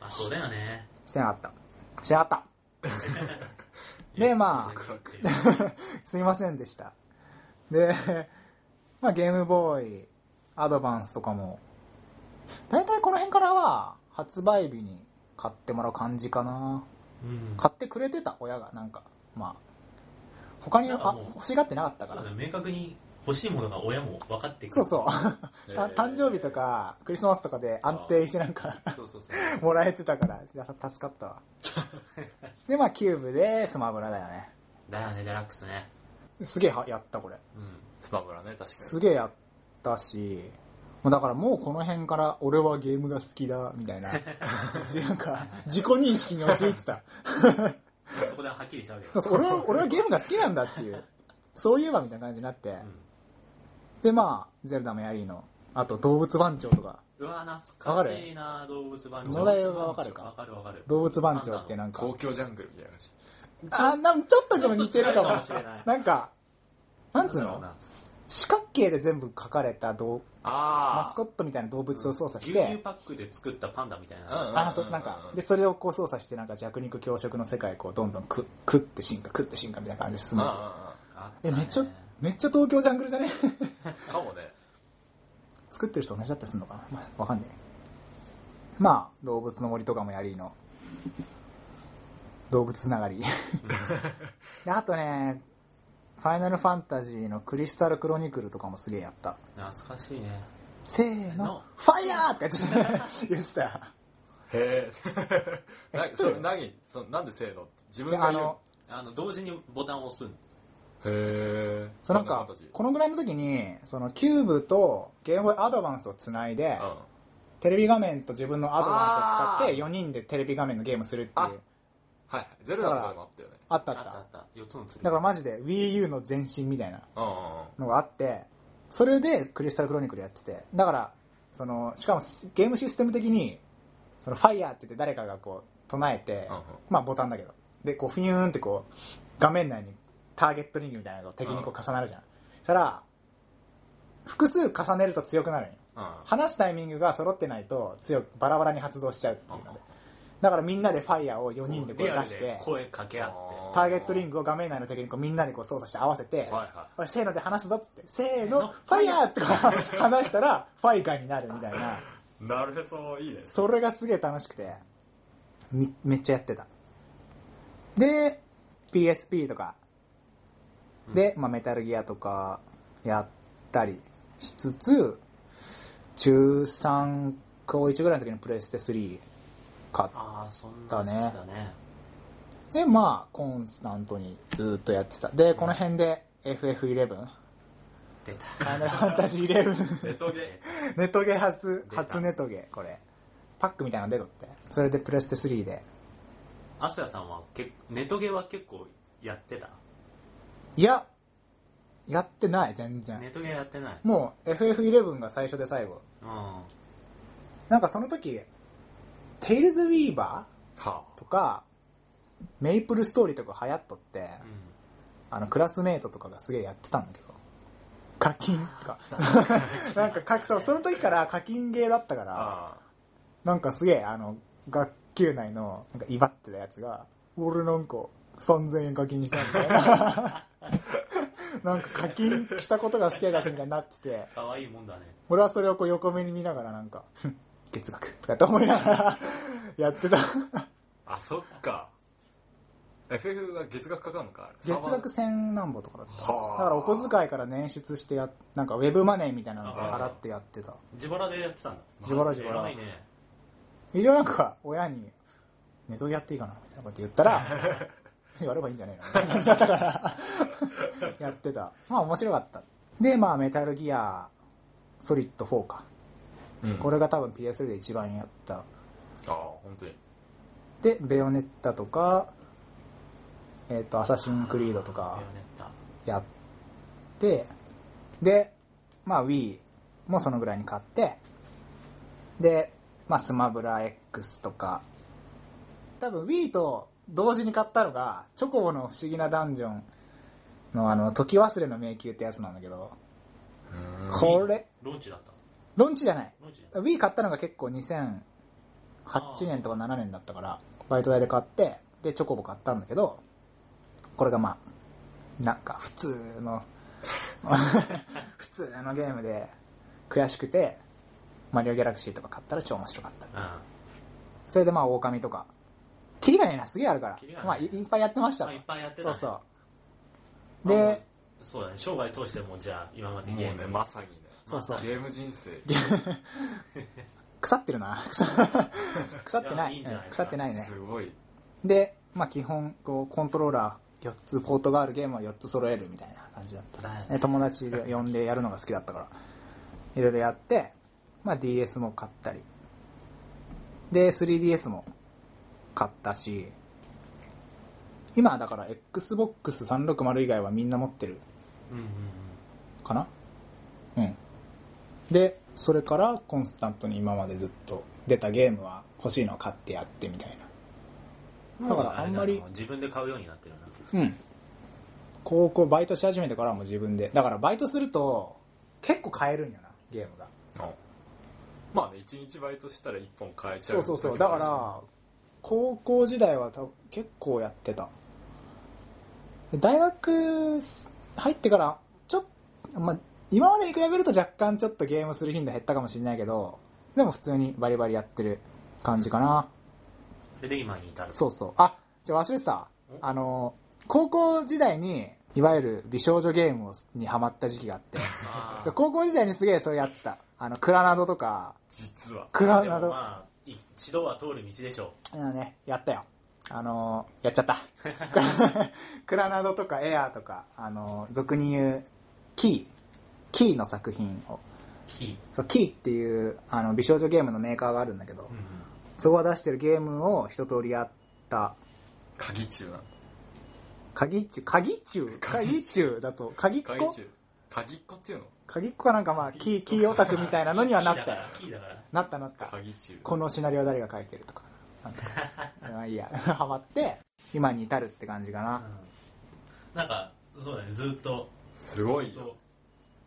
[SPEAKER 4] あ、そうだよね。
[SPEAKER 1] してなかった。してなか った。で、まあ、
[SPEAKER 4] ワクワク
[SPEAKER 1] すいませんでした。で、まあゲームボーイ、アドバンスとかも、だいたいこの辺からは発売日に買ってもらう感じかな。
[SPEAKER 4] うん。
[SPEAKER 1] 買ってくれてた親が、なんか、まあ、他に
[SPEAKER 4] なんか
[SPEAKER 1] あ
[SPEAKER 4] もう
[SPEAKER 1] 欲しがってなかったか
[SPEAKER 4] そう
[SPEAKER 1] ら
[SPEAKER 4] だ。ね明確に欲しいものが親も分かってくる。
[SPEAKER 1] そうそう。た
[SPEAKER 2] えー
[SPEAKER 1] 誕生日とかクリスマスとかで安定してなん か
[SPEAKER 2] そうそうそう。
[SPEAKER 1] もらえてたから、いや助か ったわ。で、まあキューブでスマブラだよね。
[SPEAKER 2] だよね、デラックスね。
[SPEAKER 1] すげえはやったこれ。
[SPEAKER 2] うん。
[SPEAKER 3] スパブラね、確かに。
[SPEAKER 1] すげえやったし、もうだからもうこの辺から俺はゲームが好きだ、みたい な。なんか、自己認識に陥ってた。
[SPEAKER 4] そこではっきりしたわけだ。
[SPEAKER 1] 俺は、俺はゲームが好きなんだっていう。そういえばみたいな感じになって。で、まあ、ゼルダもやりの。あと、動物番長とか。
[SPEAKER 4] うわ、懐かしいな動物番長。
[SPEAKER 1] 野田が分かるか
[SPEAKER 4] わかるわかる。
[SPEAKER 1] 動物番長ってなんか。
[SPEAKER 3] 東京ジャングルみたいな感じ。
[SPEAKER 1] あ、なんちょっとでも似てるか
[SPEAKER 4] ちょっと近いかもしれ
[SPEAKER 1] も
[SPEAKER 4] ない。
[SPEAKER 1] なんか、なんつう
[SPEAKER 2] だろう
[SPEAKER 1] の
[SPEAKER 2] な
[SPEAKER 1] 四角形で全部描かれた動マ
[SPEAKER 3] あ
[SPEAKER 1] スコットみたいな動物を操作して、
[SPEAKER 2] 牛乳パックで作ったパンダみたいな。
[SPEAKER 1] あそうなんかでそれをこう操作してなんか弱肉強食の世界こうどんどんく食って進化食って進化みたいな感じで進む
[SPEAKER 3] あ
[SPEAKER 2] あった
[SPEAKER 1] え
[SPEAKER 2] ね
[SPEAKER 1] めっちゃめっちゃ東京ジャングルじゃね
[SPEAKER 3] あ、かもね。
[SPEAKER 1] 作ってる人同じだったりするのかな、まあ、わかんないまあ動物の森とかもやりの動物つながりであとねファイナルファンタジーのクリスタルクロニクルとかもすげえやった
[SPEAKER 2] 懐かしいね。
[SPEAKER 1] せーの
[SPEAKER 4] の
[SPEAKER 1] ファイヤーとか言ってた 言ってた
[SPEAKER 3] へえ。
[SPEAKER 1] え
[SPEAKER 3] な
[SPEAKER 1] 知ってる
[SPEAKER 3] それ何そのなんでせーのって自分
[SPEAKER 1] で
[SPEAKER 3] が
[SPEAKER 1] あ
[SPEAKER 3] 言う
[SPEAKER 1] の
[SPEAKER 2] あの、同時にボタンを押すん
[SPEAKER 3] へえ。
[SPEAKER 1] そうなんか、このぐらいの時に、そのキューブとゲームボーイアドバンスをつないで、
[SPEAKER 3] うん。
[SPEAKER 1] テレビ画面と自分のアドバンスを使って、
[SPEAKER 3] あ
[SPEAKER 1] 4人でテレビ画面のゲームするっていう、
[SPEAKER 3] はい。ゼルダとかでもあったよね。
[SPEAKER 1] あった
[SPEAKER 2] あ
[SPEAKER 1] あ
[SPEAKER 2] っ
[SPEAKER 1] った
[SPEAKER 2] あ
[SPEAKER 1] た
[SPEAKER 2] っ。た。4つの鶴。
[SPEAKER 1] だからマジで Wii U の前身みたいな
[SPEAKER 3] うんうんうん。
[SPEAKER 1] のがあって、それでクリスタルクロニクルやってて、だから、その、しかもゲームシステム的に、そのファイヤーって言って誰かがこう、唱えて
[SPEAKER 3] うんうん、
[SPEAKER 1] まあボタンだけど、で、こう、ふにゅーんってこう、画面内にターゲットリングみたいなのが敵にこう重なるじゃん。そしたら、複数重ねると強くなるんよ。
[SPEAKER 3] うん
[SPEAKER 1] 話すタイミングが揃ってないと強くバラバラに発動しちゃうっていうのでだからみんなでファイヤーを4人でこう出
[SPEAKER 2] リアル
[SPEAKER 1] し
[SPEAKER 2] で
[SPEAKER 1] て
[SPEAKER 2] 声かけ合って。
[SPEAKER 1] ターゲットリングを画面内の時にこうみんなでこう操作して合わせて
[SPEAKER 3] はいは。
[SPEAKER 1] おいせーので話すぞっつってせーのファイヤーっつってこう話したらファイガーになるみたいない
[SPEAKER 3] なるへそ、いいね。
[SPEAKER 1] それがすげえ楽しくてみめっちゃやってたで PSP とかで、まあ、メタルギアとかやったりしつつ中3高1ぐらいの時にプレステ3買っ
[SPEAKER 2] ああ、そんな時期だね。
[SPEAKER 1] てまあコンスタントにずっとやってたでこの辺で FF11 フ
[SPEAKER 2] 出た。
[SPEAKER 1] ァイナルファンタジー11
[SPEAKER 3] ネトゲ。
[SPEAKER 1] ネトゲ初
[SPEAKER 2] 出た
[SPEAKER 1] 初ネトゲこれパックみたいなの出とってそれでプレステ3で
[SPEAKER 2] アスヤさんは結構ネトゲは結構やってた
[SPEAKER 1] いや、やってない、全然。
[SPEAKER 2] ネトゲやってない
[SPEAKER 1] もう、FF11 が最初で最後。
[SPEAKER 2] うんあ
[SPEAKER 1] なんかその時、テイルズ・ウィーバ
[SPEAKER 3] は
[SPEAKER 1] ーとか、メイプルストーリーとか流行っとって、あの、クラスメイトとかがすげえやってたんだけど、課金とか。 なんかか、そう、その時から課金ゲーだったから、
[SPEAKER 3] あ。
[SPEAKER 1] なんかすげえ、あの、学級内の、なんか威張ってたやつが、俺なんか、3000円課金したみたいな。 なんか課金したことが好きやがすみたいになってて、
[SPEAKER 2] 可愛いもんだね
[SPEAKER 1] 俺はそれをこう横目に見ながらなんか、ふん 月額とかって思いながらやってた。
[SPEAKER 3] あ、そっか。FF は月額かかるのか
[SPEAKER 1] 月額千何本とかだった。だ
[SPEAKER 3] はあ
[SPEAKER 1] からお小遣いから捻出してやっ、なんかウェブマネーみたいなので払ってやってた。
[SPEAKER 4] 自腹でやってたんだ。
[SPEAKER 1] 自腹自腹
[SPEAKER 4] 偉いね。
[SPEAKER 1] 一応なんか親に、ネトゲやっていいかなみたいなこと言ったら、やればいいんじゃねえのみたいな感じだったから、 やってた。まあ面白かった。で、まあメタルギア、ソリッド4か。
[SPEAKER 3] うん
[SPEAKER 1] これが多分 PS で一番やった。
[SPEAKER 3] ああ、本当に。
[SPEAKER 1] で、ベヨネッタとか、えっ、と、アサシンクリードと
[SPEAKER 4] ベ
[SPEAKER 1] か
[SPEAKER 4] ヨネッタ
[SPEAKER 1] やって、で、まあ Wii もそのぐらいに買って、で、まあスマブラ X とか、多分 Wii と同時に買ったのが、チョコボの不思議なダンジョンのあの、時忘れの迷宮ってやつなんだけど、これ、
[SPEAKER 4] ローンチだった。
[SPEAKER 1] ロンチじゃない。
[SPEAKER 4] ローンチじゃない
[SPEAKER 1] Wii 買ったのが結構2008年とか7年だったから、バイト代で買って、で、チョコボ買ったんだけど、これがまあ、なんか普通の、 普通のゲームで悔しくて、マリオギャラクシーとか買ったら超面白かった。
[SPEAKER 4] うん。
[SPEAKER 1] それでまあ、狼とか。キリがねえな、すげえあるから
[SPEAKER 4] キリが。ねえ
[SPEAKER 1] まあ、いいっぱいやってました
[SPEAKER 4] まあ。いっぱいやってた
[SPEAKER 1] そ
[SPEAKER 4] ね。
[SPEAKER 1] うそう。
[SPEAKER 4] まあ
[SPEAKER 1] で、、
[SPEAKER 4] そうだね。生涯通してもじゃあ、今まで
[SPEAKER 3] もう
[SPEAKER 4] ゲー
[SPEAKER 3] ね、
[SPEAKER 4] ム。
[SPEAKER 3] まさにね。
[SPEAKER 1] そうそう
[SPEAKER 3] ゲーム人生。
[SPEAKER 1] 腐って るな。腐ってない
[SPEAKER 4] いやいいんじゃないです
[SPEAKER 1] 腐
[SPEAKER 4] か
[SPEAKER 1] ってないね。
[SPEAKER 3] すごい。
[SPEAKER 1] で、まあ、基本こうコントローラー4つポートがあるゲームは4つ揃えるみたいな感じだった、
[SPEAKER 4] はい
[SPEAKER 1] で友達で呼んでやるのが好きだったからいろいろやって、まあ、DS も買ったりで 3DS も買ったし今だから XBOX360 以外はみんな持ってる
[SPEAKER 4] うんうんうん。
[SPEAKER 1] かなうんでそれからコンスタントに今までずっと出たゲームは欲しいのを買ってやってみたいなだからあんまり
[SPEAKER 4] もうれだなもう自分で買うようになってるな。
[SPEAKER 1] うん。高校バイトし始めてからはもう自分で。だからバイトすると、結構買えるんやな、ゲームが。
[SPEAKER 3] まあね、一日バイトしたら一本買えち
[SPEAKER 1] そ
[SPEAKER 3] ゃ。
[SPEAKER 1] ううそうそう。だから、高校時代は多分結構やってた。で大学入ってから、ちょっまあ、今までに比べると若干ちょっとゲームする頻度減ったかもしれないけど、でも普通にバリバリやってる感じかな。
[SPEAKER 4] それで今に至る。
[SPEAKER 1] そうそう。あ、じゃあ忘れてた
[SPEAKER 4] ん。
[SPEAKER 1] あの、高校時代に、いわゆる美少女ゲームをにハマった時期があって。
[SPEAKER 4] あー
[SPEAKER 1] 高校時代にすげえそれやってた。あの、クラナドとか、
[SPEAKER 3] 実は。
[SPEAKER 1] クラ
[SPEAKER 4] で
[SPEAKER 1] ナ
[SPEAKER 4] も
[SPEAKER 1] ド、
[SPEAKER 4] まあ、一度は通る道でしょ
[SPEAKER 1] うんね、やったよ。あのーやっちゃった。クラナドとかエアーとか、あのー俗に言う、キー、キーの作品を。
[SPEAKER 4] う。キ
[SPEAKER 1] そうキーっていう、あの、美少女ゲームのメーカーがあるんだけど
[SPEAKER 4] ー。う、んうん。
[SPEAKER 1] そこが出してるゲームを一通りやった。
[SPEAKER 3] 鍵中なの。
[SPEAKER 1] 鍵中、鍵中鍵中だと、鍵っ子
[SPEAKER 3] 鍵中。鍵っ子っていうの
[SPEAKER 1] 鍵っ子かなんかまあ、キー、キーオタクみたいなのにはなったよ。
[SPEAKER 4] キーだから。
[SPEAKER 1] なったなった。
[SPEAKER 3] 鍵中。
[SPEAKER 1] このシナリオは誰が書いてるとか。なん とかまあいいや、 ハマって、今に至るって感じか
[SPEAKER 4] う
[SPEAKER 1] な。
[SPEAKER 4] んなんか、そうだね、ずっと、
[SPEAKER 3] すご
[SPEAKER 4] ず
[SPEAKER 3] い
[SPEAKER 4] っ
[SPEAKER 3] よ。
[SPEAKER 4] と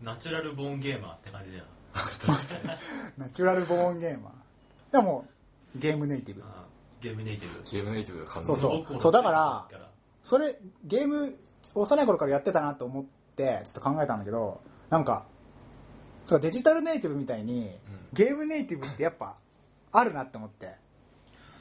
[SPEAKER 4] ナチュラルボーンゲーマーって感じ だよ
[SPEAKER 1] ナチュラルボーンゲーマー。でも、ゲームネイティブ
[SPEAKER 4] な。。うんゲームネイティブ。
[SPEAKER 3] ゲームネイティブが完
[SPEAKER 1] そうそう
[SPEAKER 4] 僕も
[SPEAKER 1] そうだからそれ、ゲーム、幼い頃からやってたなと思って、ちょっと考えたんだけど、なんか、そうデジタルネイティブみたいに、ゲームネイティブってやっぱ、あるなって思って。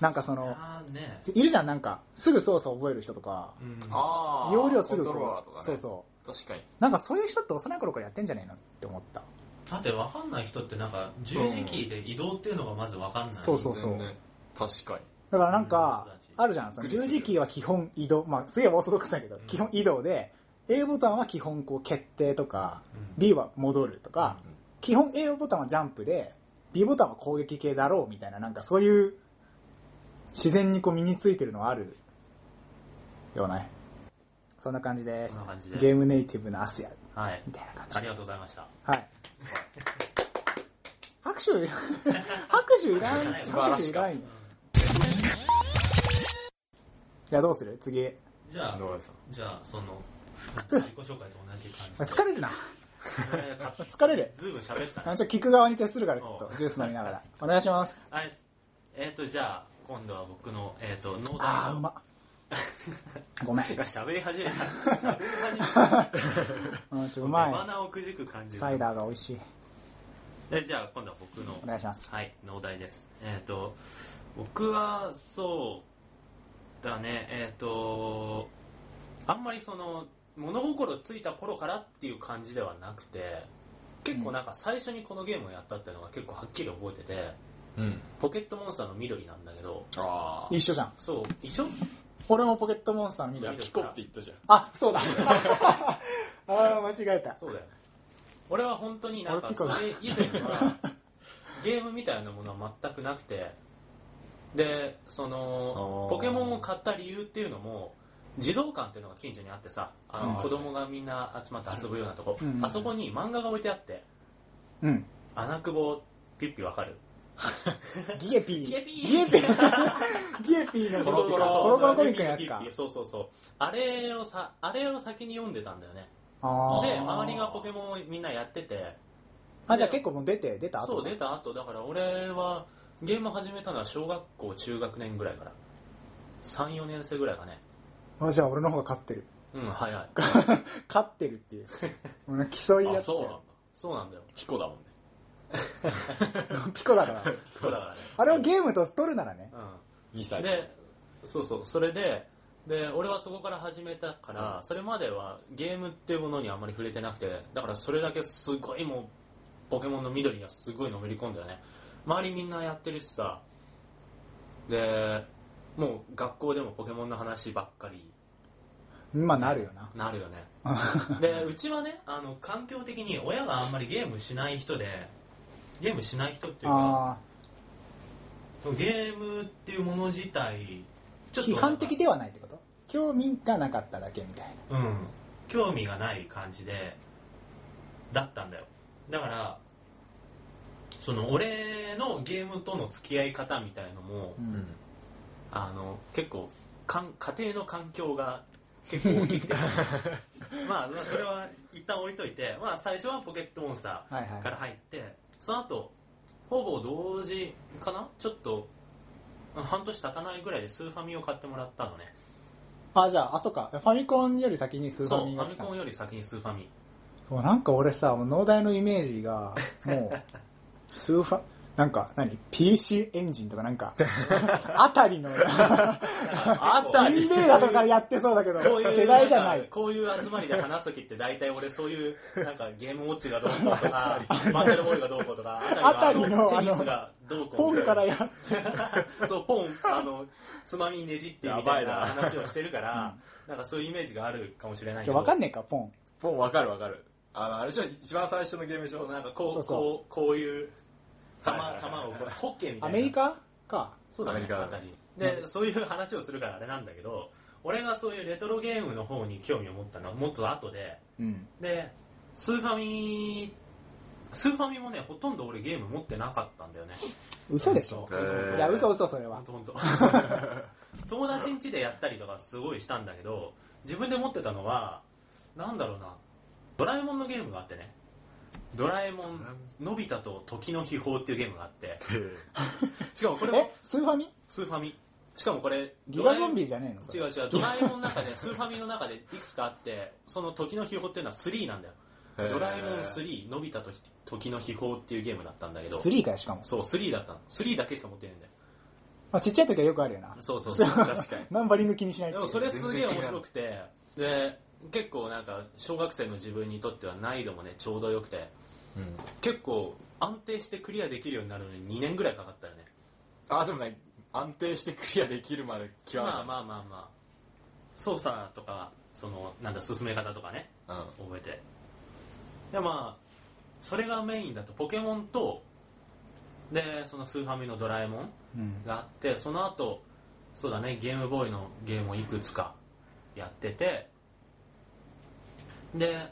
[SPEAKER 1] なんかその、
[SPEAKER 4] あーね。
[SPEAKER 1] いるじゃん、なんか、すぐ操作覚える人とか、
[SPEAKER 4] うん。
[SPEAKER 3] ああ。
[SPEAKER 1] 容量すぐ
[SPEAKER 3] コ
[SPEAKER 1] こう
[SPEAKER 3] ントローラーとかね。
[SPEAKER 1] そうそう。
[SPEAKER 3] う。確かに。
[SPEAKER 1] なんかそういう人って幼い頃からやってんじゃねえのって思った。
[SPEAKER 4] だって分かんない人ってなんか十字キーで移動っていうのがまず分かんない。
[SPEAKER 1] そうそうそう
[SPEAKER 3] 全然ね。確かに。
[SPEAKER 1] だからなんか
[SPEAKER 4] うんそうだし、
[SPEAKER 1] あるじゃん、その十字キーは基本移動、まあすげえオーソドックスだけど、基本移動で、A ボタンは基本こう決定とか、
[SPEAKER 4] うん
[SPEAKER 1] B は戻るとか
[SPEAKER 3] うん、
[SPEAKER 1] 基本 A ボタンはジャンプで、B ボタンは攻撃系だろうみたいな、なんかそういう、自然にこう身についてるのはあるよね。そんな感じで
[SPEAKER 4] そ
[SPEAKER 1] す
[SPEAKER 4] んな感じで。
[SPEAKER 1] ゲームネイティブなアスヤ、
[SPEAKER 4] はい。
[SPEAKER 1] みたいな感じ
[SPEAKER 4] あ。りがとうございました。
[SPEAKER 1] はい。拍手、 拍手いらん、
[SPEAKER 4] 素
[SPEAKER 3] 晴ら
[SPEAKER 1] 拍手
[SPEAKER 3] し
[SPEAKER 1] い
[SPEAKER 3] からった
[SPEAKER 1] んよ。じゃあどうする次。
[SPEAKER 4] じゃあ、
[SPEAKER 3] どうですか
[SPEAKER 4] じゃあ、その、自己紹介と同じ感じ
[SPEAKER 1] 疲れるな。
[SPEAKER 4] で。えーか
[SPEAKER 1] 疲れる。
[SPEAKER 4] ずいぶん喋った
[SPEAKER 1] あ
[SPEAKER 4] ね
[SPEAKER 1] ちょっと聞く側に徹するから、ちょっとジュース飲みながら。お願いします。
[SPEAKER 4] はい。えっと、じゃあ、今度は僕の、えっと、脳内
[SPEAKER 1] あー、うまっ。 ごめん。
[SPEAKER 4] 今喋り始めた。喋り始めた。
[SPEAKER 1] うん、ちょ、う
[SPEAKER 4] 手
[SPEAKER 1] まい。
[SPEAKER 4] 鼻をくじく感じ
[SPEAKER 1] サイ
[SPEAKER 4] が。
[SPEAKER 1] ダーが美味しい。
[SPEAKER 2] でじゃあ今度は僕の
[SPEAKER 1] お願いします。
[SPEAKER 2] はい、農大です。えっ、と、僕は、そう、だね、えっ、と、あんまりその、物心ついた頃からっていう感じではなくて、結構なんか最初にこのゲームをやったっていうのが結構はっきり覚えてて、
[SPEAKER 3] うん。
[SPEAKER 2] ポケットモンスターの緑なんだけど、
[SPEAKER 3] あ
[SPEAKER 1] 一緒じゃん。
[SPEAKER 2] そう、一緒
[SPEAKER 1] 俺もポケットモンスターの
[SPEAKER 2] い
[SPEAKER 1] 見
[SPEAKER 2] や
[SPEAKER 1] る
[SPEAKER 2] 緑
[SPEAKER 3] ピコって言ったじゃん。
[SPEAKER 1] あ、そう だ。 あー間違えた。
[SPEAKER 2] そうだよ。俺は本当になん
[SPEAKER 1] 俺
[SPEAKER 2] か
[SPEAKER 1] ピ
[SPEAKER 2] そ
[SPEAKER 1] コ
[SPEAKER 2] れ
[SPEAKER 1] だ
[SPEAKER 2] 以前はゲームみたいなものは全くなくてでその
[SPEAKER 3] あー
[SPEAKER 2] ポケモンを買った理由っていうのも児童館っていうのが近所にあってさあの
[SPEAKER 1] うん
[SPEAKER 2] 子供がみんな集まって遊ぶようなとこ、
[SPEAKER 1] うん
[SPEAKER 2] あそこに漫画が置いてあって
[SPEAKER 1] うん。
[SPEAKER 2] 「穴久保ピッピわかる?
[SPEAKER 1] ギエピ」ー。
[SPEAKER 2] ギエピ
[SPEAKER 1] ギエピー。ギエピーのコロコロコロコロコミックのやつか
[SPEAKER 2] ピッピ。そうそうそうあれをさあれを先に読んでたんだよね
[SPEAKER 1] あ
[SPEAKER 2] で
[SPEAKER 1] ー
[SPEAKER 2] 周りがポケモンをみんなやってて
[SPEAKER 1] あ、じゃあ結構もう出て、出た後
[SPEAKER 2] そう出た後だから俺はゲーム始めたのは小学校中学年ぐらいから34年生ぐらいかね
[SPEAKER 1] あ、じゃあ俺の方が勝ってる。
[SPEAKER 2] うん早い
[SPEAKER 1] 勝ってるっていう。もう競い合っ
[SPEAKER 3] あ、
[SPEAKER 1] ち
[SPEAKER 3] そうなん
[SPEAKER 1] ゃ
[SPEAKER 3] だ。
[SPEAKER 2] そうなんだよ
[SPEAKER 3] ピコだもんね。
[SPEAKER 1] う。ピコだから。
[SPEAKER 2] そうだからね
[SPEAKER 1] あれをゲームと取るならね。
[SPEAKER 3] 2
[SPEAKER 2] うん
[SPEAKER 3] 歳。
[SPEAKER 2] でそうそうそれでで俺はそこから始めたから、それまではゲームっていうものにあまり触れてなくてだからそれだけすごいもうポケモンの緑にはすごいのめり込んだよね周りみんなやってるしさでもう学校でもポケモンの話ばっかり
[SPEAKER 1] まあなるよな。
[SPEAKER 2] なる よねでうちはね
[SPEAKER 4] あの環境的に親があんまりゲームしない人でゲームしない人っていうか
[SPEAKER 1] あ
[SPEAKER 4] ゲームっていうもの自体ち
[SPEAKER 1] あ、
[SPEAKER 4] ょっと
[SPEAKER 1] 批判的ではないってこと興味がなかっただけみたい
[SPEAKER 4] うん興味がない感じでだったんだよだからその俺のゲームとの付き合い方みたいのも、
[SPEAKER 1] な。うん。
[SPEAKER 2] あの結構かん家庭の環境が結構 大きくてまあまあそれは一旦置いといて、まあ、最初はポケットモンスタ
[SPEAKER 1] はい
[SPEAKER 2] ーから
[SPEAKER 1] は
[SPEAKER 2] 入ってその後ほぼ同時かなちょっとうん半年経たないぐらいでスーファミを買ってもらったのね
[SPEAKER 1] い。あ、じゃあ、あ、そうか。ファミコンより先にスーフ
[SPEAKER 2] そ
[SPEAKER 1] ァ
[SPEAKER 2] う
[SPEAKER 1] ミ
[SPEAKER 2] フ
[SPEAKER 1] が
[SPEAKER 2] ァ
[SPEAKER 1] 来
[SPEAKER 2] ミ
[SPEAKER 1] たの
[SPEAKER 2] コンより先にスーファミ
[SPEAKER 1] もうなんか俺さ、もう農大のイメージが、も う、スーファ、なんか何、?PC エンジンとかなんか、あたりの、
[SPEAKER 2] あ
[SPEAKER 1] インベーダーとかからやってそうだけど、
[SPEAKER 2] こういう
[SPEAKER 1] 世代じゃなんい
[SPEAKER 2] か。こういう集まりで話すときって大体俺そういう、なんかゲームウォッチがどうこう とか、バトルボールがどうこうとか、
[SPEAKER 1] あたりの
[SPEAKER 2] テニスがどうこう
[SPEAKER 1] ポンからや、
[SPEAKER 2] そう、ポン、あの、つまみねじってみたい
[SPEAKER 3] やばい
[SPEAKER 2] な
[SPEAKER 3] な
[SPEAKER 2] 話をしてる から、なんかそういうイメージがあるかもしれない
[SPEAKER 1] ち
[SPEAKER 2] け
[SPEAKER 1] ょ、
[SPEAKER 2] ど。
[SPEAKER 1] わかんねえか、ポン。
[SPEAKER 3] ポンわかるわかる。あの、あれでしょ、一番最初のゲームでしょ。
[SPEAKER 2] なんかこう、
[SPEAKER 1] そうそう
[SPEAKER 2] こう、こういう、
[SPEAKER 3] はいはい
[SPEAKER 2] 玉、
[SPEAKER 3] はい
[SPEAKER 2] 玉をこう、ホッケーみた
[SPEAKER 1] ア
[SPEAKER 2] いな。
[SPEAKER 1] メリカか。
[SPEAKER 2] そうだね、
[SPEAKER 3] アメリカ
[SPEAKER 2] あたり。で、そういう話をするからあれなんだけど、俺がそういうレトロゲームの方に興味を持ったのはもっと後で、
[SPEAKER 1] うん。
[SPEAKER 2] で、スーファミ、スーファミもね、ほとんど俺ゲーム持ってなかったんだよね。
[SPEAKER 1] 嘘でしょ
[SPEAKER 2] へー
[SPEAKER 1] いや、嘘嘘それ
[SPEAKER 2] ほん
[SPEAKER 1] は。
[SPEAKER 2] とほんと。友達ん家でやったりとかすごいしたんだけど、自分で持ってたのは、なんだろうな、ドラえもんのゲームがあってね。ドラえもん、のび太と時の秘宝っていうゲームがあって、しかもこれ
[SPEAKER 1] え
[SPEAKER 2] も、
[SPEAKER 1] スーファミ
[SPEAKER 2] スーファミ。しかもこれ、
[SPEAKER 1] ギガゾンビじゃねえのそ
[SPEAKER 2] 違
[SPEAKER 1] れ
[SPEAKER 2] う違う、ドラえもんの中で、 スーファミの中でいくつかあって、その時の秘宝っていうのは3なんだよ。
[SPEAKER 3] へー
[SPEAKER 2] ドラえもん3、のび太と時の秘宝っていうゲームだったんだけど、
[SPEAKER 1] 3かよ、しかも。
[SPEAKER 2] そう、3だったの。3だけしか持ってないんだよ。
[SPEAKER 1] まあ、ちっちゃい時はよくあるよな。
[SPEAKER 2] そうそうそう、確かに。
[SPEAKER 1] ナンバリング気にしないって
[SPEAKER 2] で
[SPEAKER 1] いう
[SPEAKER 2] もそれすげえ面白くて、で、結構なんか、小学生の自分にとっては難易度もね、ちょうどよくて、
[SPEAKER 3] うん。
[SPEAKER 2] 結構安定してクリアできるようになるのに2年ぐらいかかったよね。
[SPEAKER 3] あ、でもね、安定してクリアできるまで極め
[SPEAKER 2] まあまあまあまあ、操作とか、その、なんだ、進め方とかね、
[SPEAKER 3] あ。うん。
[SPEAKER 2] 覚えて。で、まあ、それがメインだと、ポケモンと、で、そのスーファミのドラえもん
[SPEAKER 1] うん。
[SPEAKER 2] があってその後そうだねゲームボーイのゲームをいくつかやっててで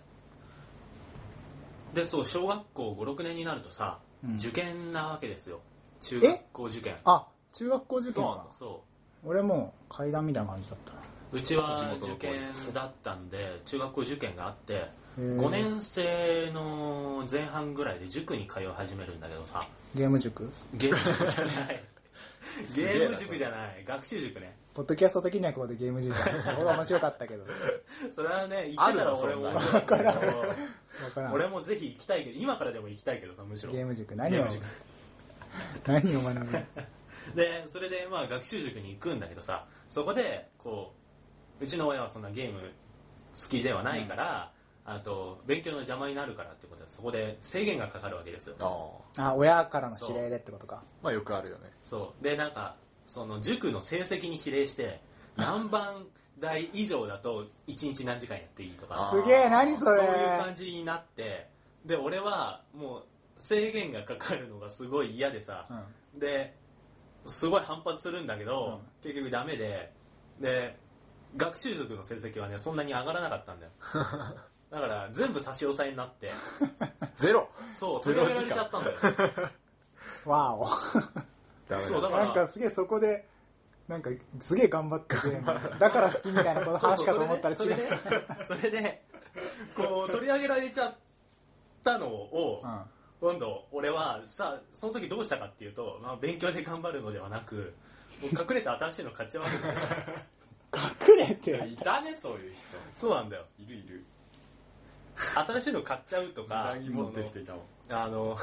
[SPEAKER 2] でそう小学校56年になるとさ、
[SPEAKER 1] うん
[SPEAKER 2] 受験なわけですよ中学校受験
[SPEAKER 1] あ、中学校受験か。
[SPEAKER 2] そ
[SPEAKER 1] 俺もう階段みたいな感じだったな。
[SPEAKER 2] ううちは
[SPEAKER 3] 地元
[SPEAKER 2] 受
[SPEAKER 3] の公
[SPEAKER 2] 験
[SPEAKER 3] 立
[SPEAKER 2] だったんで中学校受験があって
[SPEAKER 1] へー
[SPEAKER 2] 5年生の前半ぐらいで塾に通い始めるんだけどさ
[SPEAKER 1] ゲーム塾
[SPEAKER 2] ゲーム塾じゃないゲ
[SPEAKER 3] げえな
[SPEAKER 2] ーム塾じゃない学習塾ね
[SPEAKER 1] ポッドキャスト的にはここでゲーム時間そこが面白かったけど。わ
[SPEAKER 2] それはね、行ってたら俺も面白いけど
[SPEAKER 1] からん。
[SPEAKER 2] 俺もぜひ行きたいけど、今からでも行きたいけどさ、むしろ。
[SPEAKER 1] ゲーム塾何
[SPEAKER 2] ゲー
[SPEAKER 1] を
[SPEAKER 2] ム塾、
[SPEAKER 1] 何を学ぶ
[SPEAKER 2] で、それで、まあ、学習塾に行くんだけどさ、そこで、こう、うちの親はそんなゲーム好きではないから、あと、勉強の邪魔になるからってことで、そこで制限がかかるわけですよ。
[SPEAKER 3] あ
[SPEAKER 1] あ、親からの指令でってことか。
[SPEAKER 3] まあよくあるよね。
[SPEAKER 2] そう。で、なんか、その塾の成績に比例して、何番台以上だと、1日何時間やっていいとか
[SPEAKER 3] あ、
[SPEAKER 1] すげえ、何そ
[SPEAKER 2] そう
[SPEAKER 1] れ。
[SPEAKER 2] いう感じになって、で、俺は、もう、制限がかかるのがすごい嫌でさ、
[SPEAKER 1] うん。
[SPEAKER 2] ですごい反発するんだけど、結局ダメでで学習塾の成績はねそんなに上がらなかったんだよだから全部差し押さえになって
[SPEAKER 3] ゼロ
[SPEAKER 2] そう
[SPEAKER 3] ゼ
[SPEAKER 2] 取り
[SPEAKER 3] ロ
[SPEAKER 2] 上
[SPEAKER 3] 時
[SPEAKER 2] げられ
[SPEAKER 3] 間
[SPEAKER 2] ちゃったんだよ
[SPEAKER 1] わお。
[SPEAKER 3] ダメ
[SPEAKER 2] そうだ
[SPEAKER 3] だ。
[SPEAKER 2] から
[SPEAKER 1] なんかすげえそこで、なんかすげえ頑張ってゲー ムだから好きみたいなこと話かと思ったら違
[SPEAKER 2] そうそ
[SPEAKER 1] う。
[SPEAKER 2] うそれでそれでこう取り上げられちゃったのを、
[SPEAKER 1] うん。
[SPEAKER 2] 今度俺はさその時どうしたかっていうと、まあ、勉強で頑張るのではなくもう隠れて新しいの買っちゃうわけ だよ
[SPEAKER 1] 隠れて
[SPEAKER 4] いたね、そういう人。
[SPEAKER 2] そうなんだよ
[SPEAKER 3] いるいる。
[SPEAKER 2] 新しいの買っちゃうとか
[SPEAKER 3] 何持ってきていたもん。
[SPEAKER 2] あの、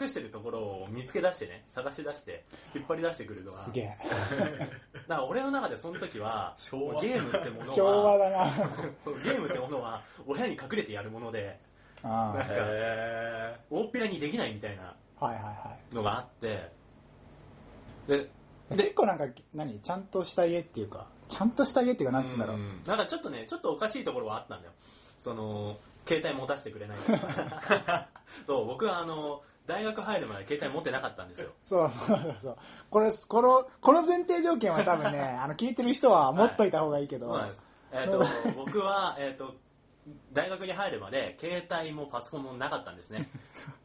[SPEAKER 2] 隠してるところを見つけ出してね、探し出して、引っ張り出してくるのは。
[SPEAKER 1] すげえ。
[SPEAKER 2] だから俺の中でその時は、
[SPEAKER 3] 昭和
[SPEAKER 2] ゲームってもの
[SPEAKER 1] 昭和
[SPEAKER 2] は、
[SPEAKER 1] だな。
[SPEAKER 2] そうゲームってものは、親に隠れてやるもので、
[SPEAKER 1] あ
[SPEAKER 2] なんか、大っぴらにできないみたいな
[SPEAKER 1] あはいはいはい。
[SPEAKER 2] のがあって、で、
[SPEAKER 1] 結構なんか、何ちゃんとした家っていうか、ちゃんとした家っていうか、なんつうんだろう。
[SPEAKER 2] んなんかちょっとね、ちょっとおかしいところはあったんだよ。その、携帯持たせてくれないとかそう、僕はあの、大学入る前携帯持ってなかったんですよ。
[SPEAKER 1] そうそうそうそう。これ、この、この前提条件は多分 ね、あの、聞いてる人は持っといた方がいいけど、
[SPEAKER 2] そうなんです。えっ、と、僕は、えっ、と、大学に入るまで、携帯もパソコンもなかったんですね。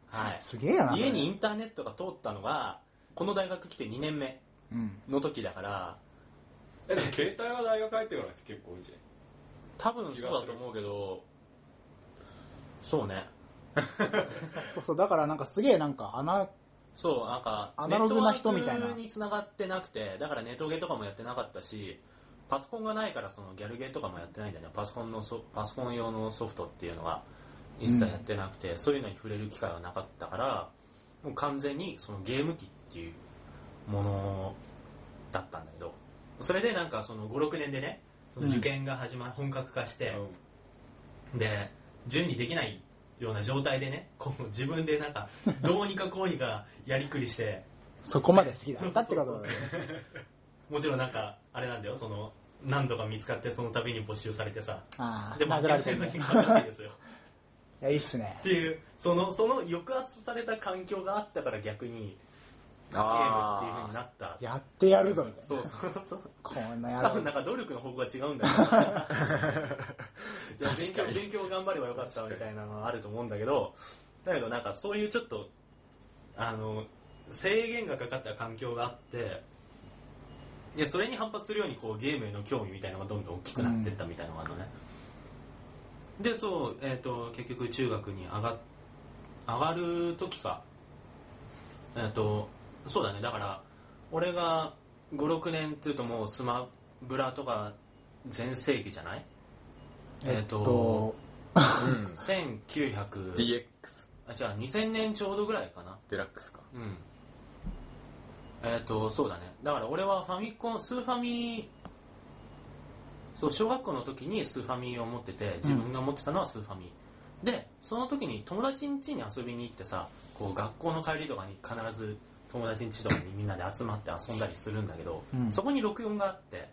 [SPEAKER 2] はい。
[SPEAKER 1] すげえよな。
[SPEAKER 2] 家にインターネットが通ったのが、この大学来て2年目
[SPEAKER 1] それ。うん。
[SPEAKER 2] の時だから、
[SPEAKER 4] え、でも携帯は大学入ってから結構多いじ
[SPEAKER 2] 多分そうだと思うけど、そうね。
[SPEAKER 1] そうそう、だからなんかすげえなんか穴、
[SPEAKER 2] そう、なんか、
[SPEAKER 1] アナログな人みたいな
[SPEAKER 2] ネットワークに繋がってなくて、だからネトゲとかもやってなかったし、パソコンがないからそのギャルゲーとかもやってないんだよね。パソコンのソ、パソコン用のソフトっていうのは一切やってなくて、そういうのに触れる機会はなかったから、もう完全にそのゲーム機っていうものだったんだけど、それでなんかその5、6年でね、その受験が始ま、本格化して、
[SPEAKER 4] ゃん。
[SPEAKER 2] で準備できないような状態でねこう自分でなんかどうにかこうにかやりくりして
[SPEAKER 1] そこまで好きだったってことだよね。
[SPEAKER 4] もちろんなんか、あれなんだよ、その、何度か見つかってその度に没収されてさ。
[SPEAKER 1] ああ、
[SPEAKER 4] でも、
[SPEAKER 1] 殴られて
[SPEAKER 4] る
[SPEAKER 1] る、ね。
[SPEAKER 4] 先がわかんないですよ。
[SPEAKER 1] いや、いいっすね
[SPEAKER 4] っ。ていう、
[SPEAKER 2] そのその抑圧された環境があったから逆にゲームっていう風になった
[SPEAKER 1] やってやるぞ、みたいな。
[SPEAKER 2] そうそうそう
[SPEAKER 1] こんな
[SPEAKER 2] 多
[SPEAKER 1] や
[SPEAKER 2] 分
[SPEAKER 1] る
[SPEAKER 2] なんか努力の方向が違うんだよじゃあ勉
[SPEAKER 3] 確か
[SPEAKER 2] 強
[SPEAKER 3] に
[SPEAKER 2] 勉強頑張ればよかったみたいなのはあると思うんだけどだけどなんかそういうちょっとあの制限がかかった環境があっていやそれに反発するようにこうゲームへの興味みたいなのがどんどん大きくなってったみたいなのがあるのね、でそう、えー、と結局中学に上がっ上がる時かえー、とそうだねだから俺が56年っていうともうスマブラとか全盛期じゃないえっと、
[SPEAKER 3] うん。
[SPEAKER 2] 1900
[SPEAKER 3] DX
[SPEAKER 2] あ違う2000年ちょうどぐらいかな
[SPEAKER 3] デラックスか。
[SPEAKER 2] うんえっ、とそうだねだから俺はファミコンスーファミそう小学校の時にスーファミを持ってて自分が持ってたのはスーファミ、でその時に友達ん家に遊びに行ってさこう学校の帰りとかに必ず友達ん家とかにみんなで集まって遊んだりするんだけど、
[SPEAKER 1] うん
[SPEAKER 2] そこに64があって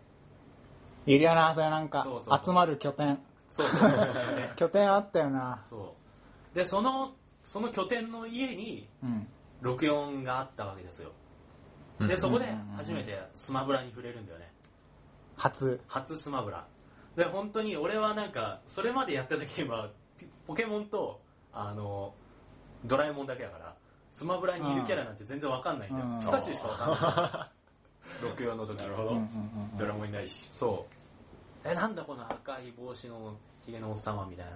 [SPEAKER 1] いるよな、それなんか
[SPEAKER 2] そうそうそう
[SPEAKER 1] 集まる拠点。
[SPEAKER 2] そうそう そうそう
[SPEAKER 1] 拠点あったよな。
[SPEAKER 2] そうでそのその拠点の家に
[SPEAKER 1] うん。
[SPEAKER 2] 64があったわけですよ
[SPEAKER 3] うん
[SPEAKER 2] でそこで初めてスマブラに触れるんだよね
[SPEAKER 1] 初。
[SPEAKER 2] 初スマブラで本当に俺はなんかそれまでやってたゲームはピポケモンとあのドラえもんだけだからスマブラにいるキャラなんて全然わかんないんだよ
[SPEAKER 1] うん
[SPEAKER 2] ピカチュウしかわかんない64の時
[SPEAKER 4] なるほど
[SPEAKER 1] うんうんうん
[SPEAKER 4] ドラマにないし。
[SPEAKER 2] そうえなんだこの赤い帽子のヒゲのおっさんはみたいな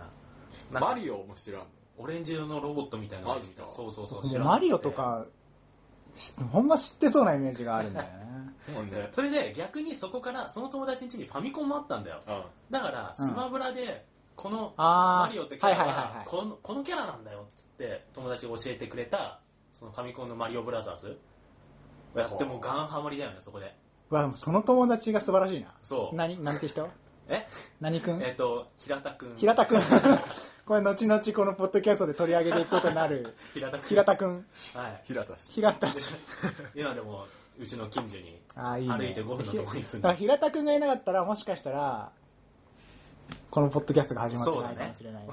[SPEAKER 2] なんか
[SPEAKER 3] マリオも知らんの。
[SPEAKER 2] オレンジ色のロボットみたいなのがいるみたいな
[SPEAKER 3] マジか
[SPEAKER 2] そうそうそう
[SPEAKER 1] も
[SPEAKER 2] 知
[SPEAKER 1] う
[SPEAKER 2] らな
[SPEAKER 1] マ
[SPEAKER 2] くて
[SPEAKER 1] リオとか、しほんま知ってそうなイメージがあるんだよね。
[SPEAKER 3] もうね
[SPEAKER 2] それで逆にそこからその友達ん家にファミコンもあったんだよ
[SPEAKER 3] うん
[SPEAKER 2] だから
[SPEAKER 1] うん
[SPEAKER 2] スマブラでこの
[SPEAKER 1] あー
[SPEAKER 2] マリオってキャラ
[SPEAKER 1] はいはいはいは
[SPEAKER 2] はいこのこのキャラなんだよっつって友達が教えてくれたそのファミコンのマリオブラザーズをやってもうガンハマりだよねそこで
[SPEAKER 1] わ、でもその友達が素晴らしいな。
[SPEAKER 2] そう
[SPEAKER 1] 何、なんて人 は
[SPEAKER 2] え
[SPEAKER 1] 何くん
[SPEAKER 2] えっと平田君
[SPEAKER 1] 平田くん。これ後々このポッドキャストで取り上げていくことになる。
[SPEAKER 2] 平田君
[SPEAKER 1] 平田くん。
[SPEAKER 2] はい
[SPEAKER 3] 平田氏
[SPEAKER 1] 平 田氏。
[SPEAKER 2] 今でもうちの近所に
[SPEAKER 1] ああ、いいね。
[SPEAKER 2] 歩いて5分のところに住ん
[SPEAKER 1] だか
[SPEAKER 2] で
[SPEAKER 1] ら平田くんがいなかったら、もしかしたら、このポッドキャストが始まってないかもしれ ない。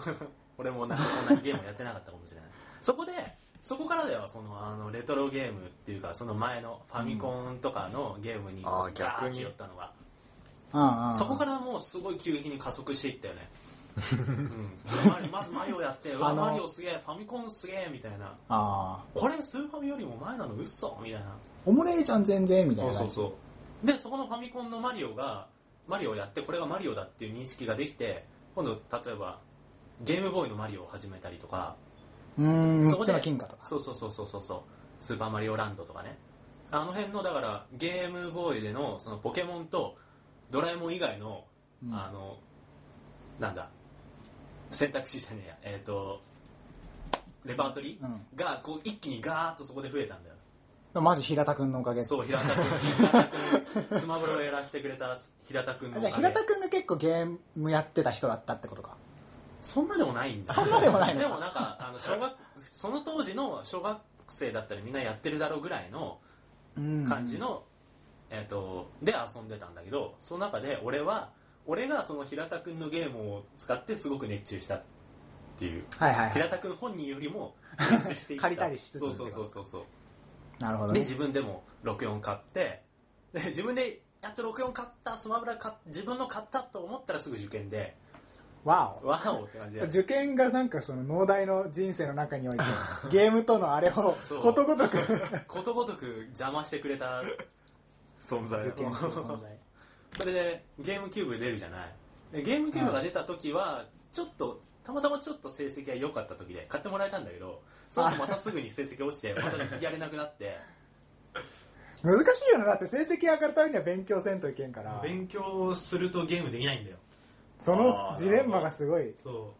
[SPEAKER 2] 俺もなんか同じゲームやってなかったかもしれないそこでそこからだよそのあのレトロゲームっていうかその前のファミコンとかのゲームに
[SPEAKER 3] ん
[SPEAKER 2] ガー
[SPEAKER 3] あー逆
[SPEAKER 2] ッ
[SPEAKER 3] に
[SPEAKER 2] て寄ったのが、
[SPEAKER 1] うんうん。
[SPEAKER 2] そこからもうすごい急激に加速していったよね、うん、マリまずマリオやってうわ
[SPEAKER 1] あの
[SPEAKER 2] マリオすげえファミコンすげえみたいな
[SPEAKER 1] ああ。
[SPEAKER 2] これスーファミよりも前なの嘘みたいな
[SPEAKER 1] おもれえじゃん、全然、みたい
[SPEAKER 2] そう
[SPEAKER 1] な
[SPEAKER 2] そ
[SPEAKER 1] 感
[SPEAKER 2] う
[SPEAKER 1] じ。
[SPEAKER 2] そうでそこのファミコンのマリオがマリオをやってこれがマリオだっていう認識ができて今度例えばゲームボーイのマリオを始めたりとか
[SPEAKER 1] うーん、
[SPEAKER 2] そこ
[SPEAKER 1] 3つ
[SPEAKER 2] で
[SPEAKER 1] の金貨とか。
[SPEAKER 2] そうそうそうそうそうそうスーパーマリオランドとかねあの辺のだからゲームボーイでのそのポケモンとドラえもん以外の、
[SPEAKER 1] うん
[SPEAKER 2] あのなんだ選択肢じゃねえやえっ、とレパートリ
[SPEAKER 1] うん
[SPEAKER 2] ーがこう一気にガーッとそこで増えたんだよ
[SPEAKER 1] マジ平田くんのおかげ。
[SPEAKER 2] そう、平田 君、スマブラをやらせてくれた平田君の
[SPEAKER 1] あ
[SPEAKER 2] お
[SPEAKER 1] じ
[SPEAKER 2] か
[SPEAKER 1] ゃあ
[SPEAKER 2] げ
[SPEAKER 1] 平田くんが結構ゲームやってた人だったってことか。
[SPEAKER 2] そんなでもないんだ
[SPEAKER 1] そんなでもないの
[SPEAKER 2] でもなんか、あの小学その当時の小学生だったりみんなやってるだろうぐらいの
[SPEAKER 1] うん
[SPEAKER 2] 感じ。の、えっと、で遊んでたんだけど、その中で俺は、俺がその平田君のゲームを使ってすごく熱中したっていう。
[SPEAKER 1] はいはいは
[SPEAKER 2] 平田君本人よりも熱中していった
[SPEAKER 1] 借りたりしつつ
[SPEAKER 2] そうそうそうそうそう。
[SPEAKER 1] い。なるほどね。
[SPEAKER 2] で自分でも64買ってで自分でやっと64買ったスマブラ買っ自分の買ったと思ったらすぐ受験で
[SPEAKER 1] わお。
[SPEAKER 2] ワオって感じで
[SPEAKER 1] 受験がなんかその農大の人生の中において、ゲームとのあれを
[SPEAKER 2] そう
[SPEAKER 1] ことごとく
[SPEAKER 2] ことごとく邪魔してくれた
[SPEAKER 3] 存在
[SPEAKER 1] 受験
[SPEAKER 3] を
[SPEAKER 1] の存在。
[SPEAKER 2] それでゲームキューブ出るじゃないでゲームキューブが出た時はちょっとたまたまちょっと成績が良かった時で買ってもらえたんだけどその後またすぐに成績落ち てまたやれなくなって
[SPEAKER 1] 難しいよな。だって成績上がるためには勉強せんといけんから。
[SPEAKER 4] 勉強するとゲームできないんだよ
[SPEAKER 1] そのジレンマがすごい。
[SPEAKER 4] そ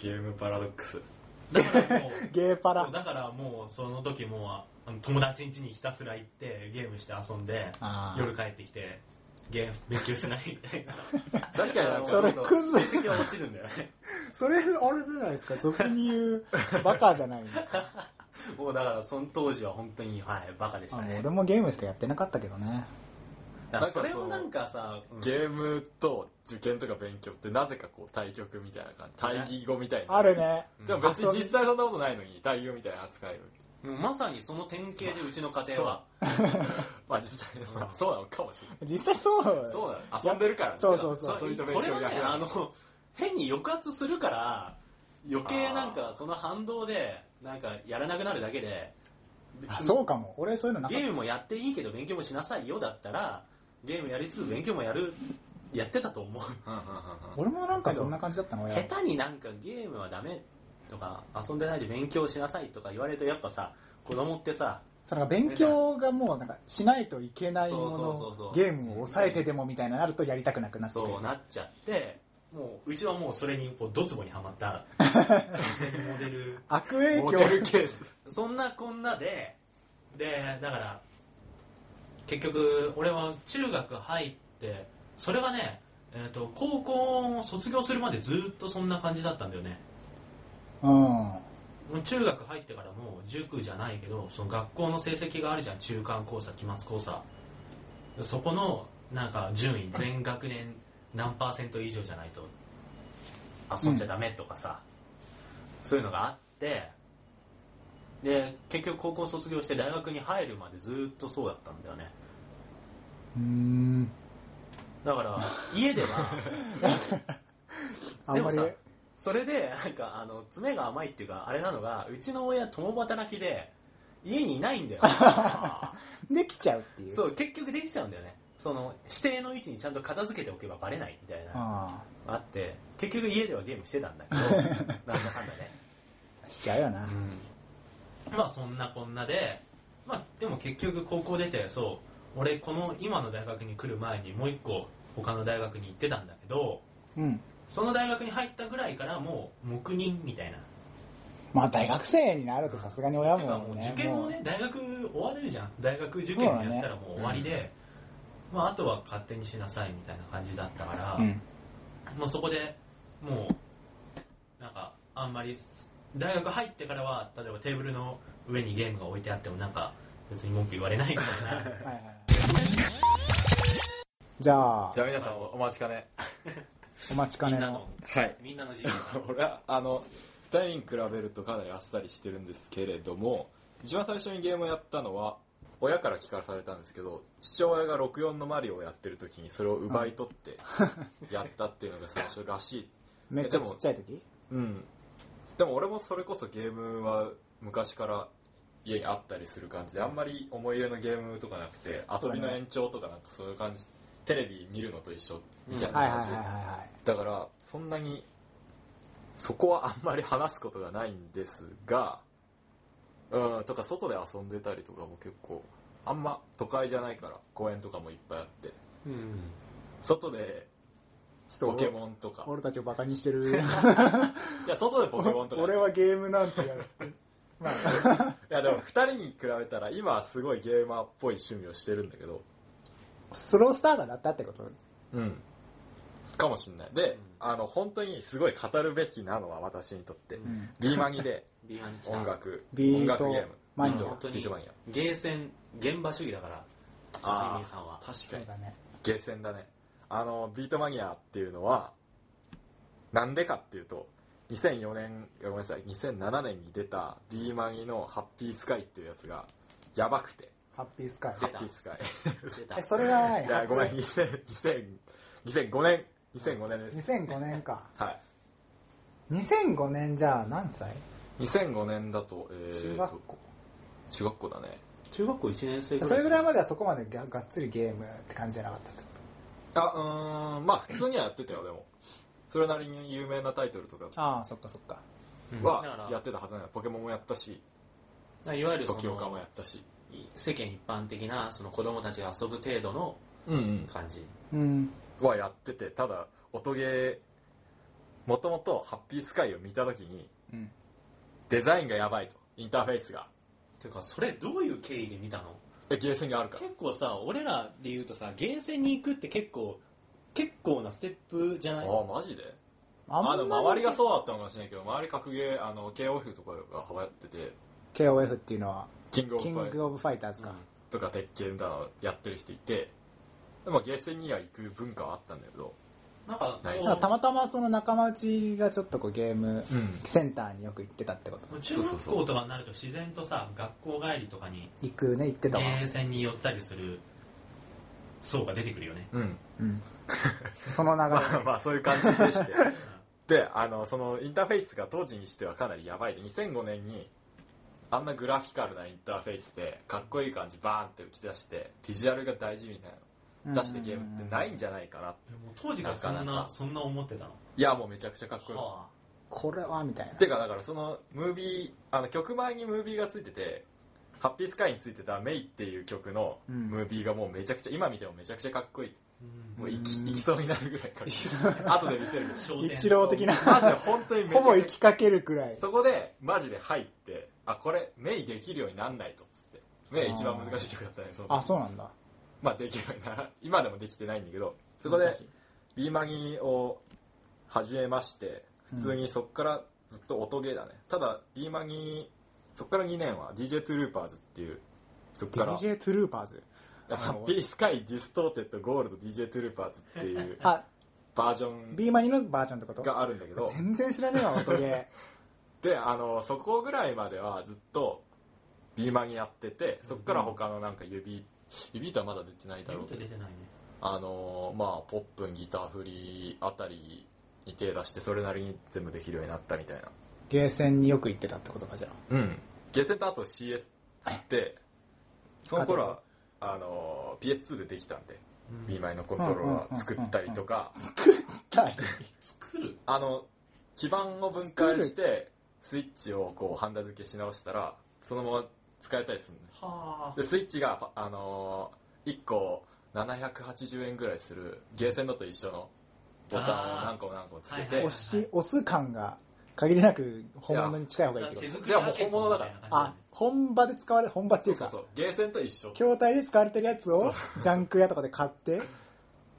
[SPEAKER 3] ゲームパラドックス
[SPEAKER 4] うだからもう
[SPEAKER 1] ゲーパ
[SPEAKER 4] そ
[SPEAKER 1] ラ
[SPEAKER 4] う。だからもうその時もうあの友達ん家にひたすら行ってゲームして遊んで
[SPEAKER 1] あー
[SPEAKER 4] 夜帰ってきてゲーム勉強しないみたいな
[SPEAKER 2] 確かになんか
[SPEAKER 1] それ
[SPEAKER 2] う
[SPEAKER 1] クズ
[SPEAKER 2] 成績は落ちるんだよね
[SPEAKER 1] それ、あれじゃないですか。俗に言う、バカじゃないですか。
[SPEAKER 2] もうだからその当時は本当にはいバカでし
[SPEAKER 1] あ
[SPEAKER 2] た
[SPEAKER 1] もう
[SPEAKER 2] ね
[SPEAKER 1] 俺もゲームしかやってなかったけどね。
[SPEAKER 2] だからそれもなんかさ、うん
[SPEAKER 3] ゲームと受験とか勉強ってなぜかこう対局みたいな感じ対義語みたいな
[SPEAKER 1] あるね。
[SPEAKER 3] でも別に実際そんなことないのに対義語みたいな扱いを
[SPEAKER 2] でもまさにその典型でうちの家庭は、
[SPEAKER 3] まあ実際、まあそうなのかもしれない
[SPEAKER 1] 実際そう。
[SPEAKER 3] そうなの遊んでるからね
[SPEAKER 1] そうそうそう
[SPEAKER 2] そ
[SPEAKER 3] そう
[SPEAKER 2] れ
[SPEAKER 3] いうと勉
[SPEAKER 2] これ
[SPEAKER 3] 強
[SPEAKER 2] は
[SPEAKER 3] が
[SPEAKER 2] ねあの変に抑圧するから余計なんかその反動でなんかやらなくなるだけで
[SPEAKER 1] あ、そうかも。俺そういうのなか
[SPEAKER 2] ゲ
[SPEAKER 1] った
[SPEAKER 2] ームもやっていいけど勉強もしなさいよだったらゲームやりつつ勉強もやるやってたと思う
[SPEAKER 3] うんうんうんうん
[SPEAKER 1] 俺もなんかそんな感じだったの親
[SPEAKER 2] 下手になんかゲームはダメとか遊んでないで勉強しなさいとか言われるとやっぱさ子供ってさ
[SPEAKER 1] それが勉強がもうなんかしないといけないも
[SPEAKER 2] そうそうそうそ
[SPEAKER 1] の
[SPEAKER 2] う
[SPEAKER 1] ゲームを抑えてでもみたいななるとやりたくなくなってくる
[SPEAKER 2] そうなっちゃってもう
[SPEAKER 4] うちはもうそれにこうドツボにはまったモデル
[SPEAKER 1] 悪影
[SPEAKER 3] モ
[SPEAKER 1] 響
[SPEAKER 3] デルケース
[SPEAKER 2] そんなこんなで
[SPEAKER 4] でだから結局俺は中学入ってそれがね、えー、と高校を卒業するまでずっとそんな感じだったんだよね
[SPEAKER 1] うん
[SPEAKER 4] もう中学入ってからもう塾じゃないけどその学校の成績があるじゃん中間考査期末考査そこのなんか順位全学年何パーセント以上じゃないと
[SPEAKER 2] 遊んじゃダメとかさ、そういうのがあってで結局高校卒業して大学に入るまでずっとそうだったんだよね
[SPEAKER 1] うーん
[SPEAKER 2] だから家では
[SPEAKER 1] あ
[SPEAKER 2] で
[SPEAKER 1] ん
[SPEAKER 2] も
[SPEAKER 1] まり
[SPEAKER 2] さそれでなんかあの爪が甘いっていうかあれなのがうちの親共働きで家にいない んだよ
[SPEAKER 1] できちゃうっていう
[SPEAKER 2] そう結局できちゃうんだよねその指定の位置にちゃんと片付けておけばバレないみたいな
[SPEAKER 1] あ
[SPEAKER 2] あって結局家ではゲームしてたんだ けどなんだかんだね
[SPEAKER 1] あしちゃうよな、
[SPEAKER 2] うん
[SPEAKER 4] まあそんなこんなで、まあでも結局高校出て、そ俺この今の大学に来る前にもう一個他の大学に行ってたんだけど
[SPEAKER 1] うん。
[SPEAKER 4] その大学に入ったぐらいからもう黙認みたいな
[SPEAKER 1] まあ、大学生になるとさすがに親
[SPEAKER 4] てか
[SPEAKER 1] も
[SPEAKER 4] もう
[SPEAKER 1] ね。
[SPEAKER 4] 受験もね大学終われるじゃん大学受験やったらもう終わりで、まあ、あとは勝手にしなさいみたいな感じだったから、
[SPEAKER 1] もう。うん。
[SPEAKER 4] まあ、そこでもうなんかあんまりす大学入ってからは例えばテーブルの上にゲームが置いてあってもなんか別に文句言われないみたいな
[SPEAKER 1] はいはいはい。じゃあ
[SPEAKER 3] じ、ゃあ皆さんおお待ちかね。
[SPEAKER 1] お待ちか
[SPEAKER 2] み
[SPEAKER 1] ね
[SPEAKER 2] んな
[SPEAKER 1] の
[SPEAKER 2] の。
[SPEAKER 3] はい。
[SPEAKER 2] みんなの授業さん
[SPEAKER 3] 俺は、あの、2人に比べるとかなりあっさりしてるんですけれども、一番最初にゲームをやったのは、親から聞かされたんですけど、父親が64のマリオをやってる時にそれを奪い取って、やったっていうのが最初らしい。
[SPEAKER 1] めっちゃちっちゃい時
[SPEAKER 3] うん。でも俺もそれこそゲームは昔から家にあったりする感じで、あんまり思い入れのゲームとかなくて、遊びの延長とかなんかそういう感じ、テレビ見るのと一緒みたいな
[SPEAKER 1] はいはい
[SPEAKER 3] 感
[SPEAKER 1] はい
[SPEAKER 3] じ。
[SPEAKER 1] はいは
[SPEAKER 3] だからそんなにそこはあんまり話すことがないんですがうんとか外で遊んでたりとかも結構あんま都会じゃないから公園とかもいっぱいあって
[SPEAKER 2] うん
[SPEAKER 3] 外で
[SPEAKER 1] い。ちょ
[SPEAKER 3] ポ
[SPEAKER 1] っ
[SPEAKER 3] ケ
[SPEAKER 1] と
[SPEAKER 3] モンとか
[SPEAKER 1] 俺たちをバカにして る。
[SPEAKER 3] いや外でポケモンとか
[SPEAKER 1] 俺はゲームなんてやる。まあ、
[SPEAKER 3] いやでも2人に比べたら今はすごいゲーマーっぽい趣味をしてるんだけど
[SPEAKER 1] スロースターターだったってこと
[SPEAKER 3] うんかもしんないで、あの本当にすごい語るべきなのは私にとって、
[SPEAKER 2] う
[SPEAKER 1] うん
[SPEAKER 3] B マギで
[SPEAKER 2] ビーマに来た
[SPEAKER 3] 音楽
[SPEAKER 1] ビ
[SPEAKER 3] 音
[SPEAKER 1] ー
[SPEAKER 3] 楽
[SPEAKER 1] ト
[SPEAKER 3] ゲーム
[SPEAKER 1] マニ
[SPEAKER 2] うん
[SPEAKER 1] ア
[SPEAKER 2] 本。当
[SPEAKER 3] ビー
[SPEAKER 2] に
[SPEAKER 3] トマニア
[SPEAKER 2] ゲーセン現場主義だからジミーさんは
[SPEAKER 3] 確
[SPEAKER 1] そうだね。
[SPEAKER 3] ゲーセンだねあのビートマニアっていうのはなんでかっていうと2004年いやごめんなさい2007年に出た D マギの「ハッピースカイ」っていうやつがやばくて
[SPEAKER 1] ハッピースカイ。
[SPEAKER 2] 出
[SPEAKER 3] ハッ
[SPEAKER 2] た
[SPEAKER 3] ピースカイ
[SPEAKER 2] 出た
[SPEAKER 1] え、それが何
[SPEAKER 3] いや
[SPEAKER 1] 初
[SPEAKER 3] ごめん2000 2000 2005年2005年です
[SPEAKER 1] 2005年か。
[SPEAKER 3] はい
[SPEAKER 1] 2005年じゃあ何歳
[SPEAKER 3] 2005年だと,、えーと
[SPEAKER 1] 中学校。
[SPEAKER 3] 中学校だね
[SPEAKER 2] 中学校1年生ぐらい
[SPEAKER 1] それぐらいまではそこまでががっつりゲームって感じじゃなかったってこ
[SPEAKER 3] あうーんまあ普通にはやってたよでもそれなりに有名なタイトルとか
[SPEAKER 1] とああ、そっかそっか。
[SPEAKER 2] うんだか
[SPEAKER 3] は
[SPEAKER 2] ら
[SPEAKER 3] やってたはずなのポケモンもやったし
[SPEAKER 2] いわゆるそ
[SPEAKER 3] 時岡も
[SPEAKER 2] の
[SPEAKER 3] やったし
[SPEAKER 2] 世間一般的なその子供たちが遊ぶ程度の
[SPEAKER 3] うんうん
[SPEAKER 2] 感じ
[SPEAKER 1] うん。
[SPEAKER 3] はやっててただ音ゲーもともとハッピースカイを見た時に
[SPEAKER 1] うん。
[SPEAKER 3] デザインがやばいとインターフェースが
[SPEAKER 2] ていうかそれどういう経緯で見たの
[SPEAKER 3] えゲーセンがあるから
[SPEAKER 2] 結構さ俺らで言うとさゲーセンに行くって結構結構なステップじゃ
[SPEAKER 3] あ
[SPEAKER 2] ない
[SPEAKER 3] あマジで
[SPEAKER 1] あ
[SPEAKER 3] あでも周りが
[SPEAKER 1] う。
[SPEAKER 3] そうだったのかもしれないけど周り格ゲーあの KOF とかが流行ってて
[SPEAKER 1] KOF っていうのは、
[SPEAKER 3] キングオブ
[SPEAKER 1] キ
[SPEAKER 3] フ
[SPEAKER 1] ン
[SPEAKER 3] ァイ
[SPEAKER 1] グオブファイターズ
[SPEAKER 2] う
[SPEAKER 1] か
[SPEAKER 2] ん。
[SPEAKER 3] とか鉄拳だのやってる人いてでもゲーセンには行く文化はあったんだけど
[SPEAKER 2] なんか
[SPEAKER 3] ない
[SPEAKER 2] こう
[SPEAKER 1] ただたまたまその仲間内がちょっとこうゲーム
[SPEAKER 3] うん
[SPEAKER 1] センターによく行ってたってこと。
[SPEAKER 4] 中学校とかになると自然とさ学校帰りとかに
[SPEAKER 1] 行くね、行って
[SPEAKER 4] ゲ
[SPEAKER 1] たわ。
[SPEAKER 4] ーセンに寄ったりする層が出てくるよね
[SPEAKER 3] うん
[SPEAKER 1] うん。その流
[SPEAKER 3] ま
[SPEAKER 1] れ
[SPEAKER 3] あまあそういう感じでしてであのそのインターフェースが当時にしてはかなりやばいで2005年にあんなグラフィカルなインターフェースでかっこいい感じバーンって浮き出してビジュアルが大事みたいな の出してゲームってないんじゃないかな
[SPEAKER 4] えもう当時からそんな
[SPEAKER 3] なかなか
[SPEAKER 4] そんな思ってたの
[SPEAKER 3] いやもうめちゃくちゃかっこいい
[SPEAKER 4] は
[SPEAKER 1] これはみたいな。
[SPEAKER 3] てかだからそのムービーあの曲前にムービーがついてて「ハッピースカイ」についてた「メイ」っていう曲の
[SPEAKER 1] うん
[SPEAKER 3] ムービーがもうめちゃくちゃ今見てもめちゃくちゃかっこいい
[SPEAKER 4] あうん
[SPEAKER 3] もう
[SPEAKER 1] うん
[SPEAKER 3] いきいきそうになるぐらいかっ こいい後で見せるけど
[SPEAKER 4] 商店
[SPEAKER 1] 一郎的な。
[SPEAKER 3] マジで本当にめちゃ
[SPEAKER 1] ほ
[SPEAKER 3] くちゃ
[SPEAKER 1] ぼ行きかけるくらい。
[SPEAKER 3] そこでマジで入ってあこれメイできるようになんないとっつってメイ一番難しい曲だったねその
[SPEAKER 1] あ、そうなんだ。
[SPEAKER 3] まあできるようになら今でもできてないんだけどそこで
[SPEAKER 1] 昔
[SPEAKER 3] B マギを始めまして普通にそっからずっと音ゲーだね、ただ B マギそっから2年は DJ トゥルーパーズっていうそっから
[SPEAKER 1] DJ トゥルーパーズ。
[SPEAKER 3] ハッピースカイディストーテッドゴールド DJ トゥルーパーズっていう
[SPEAKER 1] あ、
[SPEAKER 3] バージョン
[SPEAKER 1] B マニのバージョンってこと
[SPEAKER 3] があるんだけど
[SPEAKER 1] 全然知らねえわ、音ゲ ー。
[SPEAKER 3] であのそこぐらいまではずっとビーマンやっててそこから他のなんか指指とはまだ出てないだろうけ
[SPEAKER 4] 出
[SPEAKER 3] ど
[SPEAKER 4] てないね
[SPEAKER 3] あのまあポップンギター振りあたりに手出してそれなりに全部できるようになったみたいな
[SPEAKER 1] ゲーセンによく行ってたってことか、じゃあ。
[SPEAKER 3] うんゲセンとあと CS ってその頃はあの PS2 でできたんで
[SPEAKER 4] うん
[SPEAKER 3] ビーマイのコントローラー作ったりとか
[SPEAKER 1] はい。
[SPEAKER 4] 作る
[SPEAKER 3] あの基盤を分解してスイッチをこうハンダ付けし直したらそのまま使えたりするのね
[SPEAKER 4] はあ
[SPEAKER 3] でスイッチがあのー1個780円ぐらいするゲーセンだと一緒のボタンを何個も何個もつけ
[SPEAKER 4] あー
[SPEAKER 3] て
[SPEAKER 1] 押し、押す感が限りなく本物に近い方がいいってこ
[SPEAKER 4] 手
[SPEAKER 1] と。
[SPEAKER 4] 作り
[SPEAKER 3] いやもう本物だから
[SPEAKER 1] あ、本場で使われ、本場ってい
[SPEAKER 3] そ
[SPEAKER 1] うう
[SPEAKER 3] そう
[SPEAKER 1] か
[SPEAKER 3] そ、うゲーセンと一緒
[SPEAKER 1] 筐体で使われてるやつをジャンク屋とかで買って、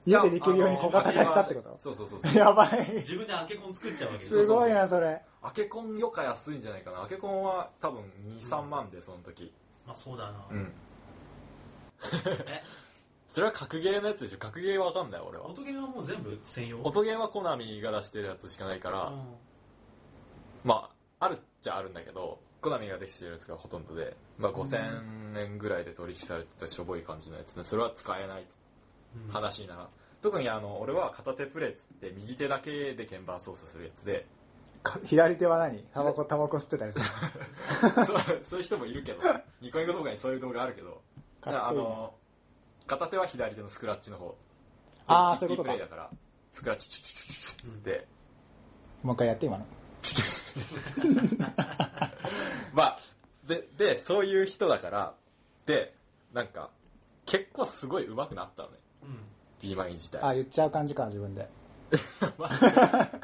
[SPEAKER 1] 家でできるように小型化したってこ
[SPEAKER 3] あの
[SPEAKER 1] と
[SPEAKER 3] そうそうそうそう
[SPEAKER 1] やばい。
[SPEAKER 4] 自分でアケコン作っちゃうわけです
[SPEAKER 1] すごいな、それ。
[SPEAKER 3] アケコンよか安いんじゃないかなアケコンは多分23万でその時
[SPEAKER 4] まあそうだな、
[SPEAKER 3] うん
[SPEAKER 4] え
[SPEAKER 3] それは格ゲーのやつでしょ格ゲーはわかんない俺は
[SPEAKER 4] 音ゲーはもう全部専用
[SPEAKER 3] 音ゲーはコナミが出してるやつしかないから、
[SPEAKER 4] うん
[SPEAKER 3] まああるっちゃあるんだけどコナミができてるやつがほとんどで、まあ、5000円ぐらいで取引されてたしょぼい感じのやつねそれは使えない
[SPEAKER 4] うん
[SPEAKER 3] 話にならん特にあの俺は片手プレイっつって右手だけで鍵盤操作するやつで
[SPEAKER 1] か左手は何タバコ、タバコ吸ってたりする。
[SPEAKER 3] そうそういう人もいるけどニコニコ動画にそういう動画あるけどだから
[SPEAKER 1] か
[SPEAKER 3] あ
[SPEAKER 1] っこいいな。
[SPEAKER 3] の片手は左手のスクラッチの方
[SPEAKER 1] あーそういうこと
[SPEAKER 3] ピ
[SPEAKER 1] か
[SPEAKER 3] ッピプレイだからスクラッチチュチュチュチュチュっつって、
[SPEAKER 1] もう一回やって、今の。
[SPEAKER 3] まあ、で、で、そういう人だから、で、なんか、結構すごい上手くなったのね。
[SPEAKER 4] うん
[SPEAKER 3] ビーマイン自
[SPEAKER 1] あ、
[SPEAKER 3] 体。
[SPEAKER 1] 言っちゃう感じか、自分で。
[SPEAKER 3] マジで、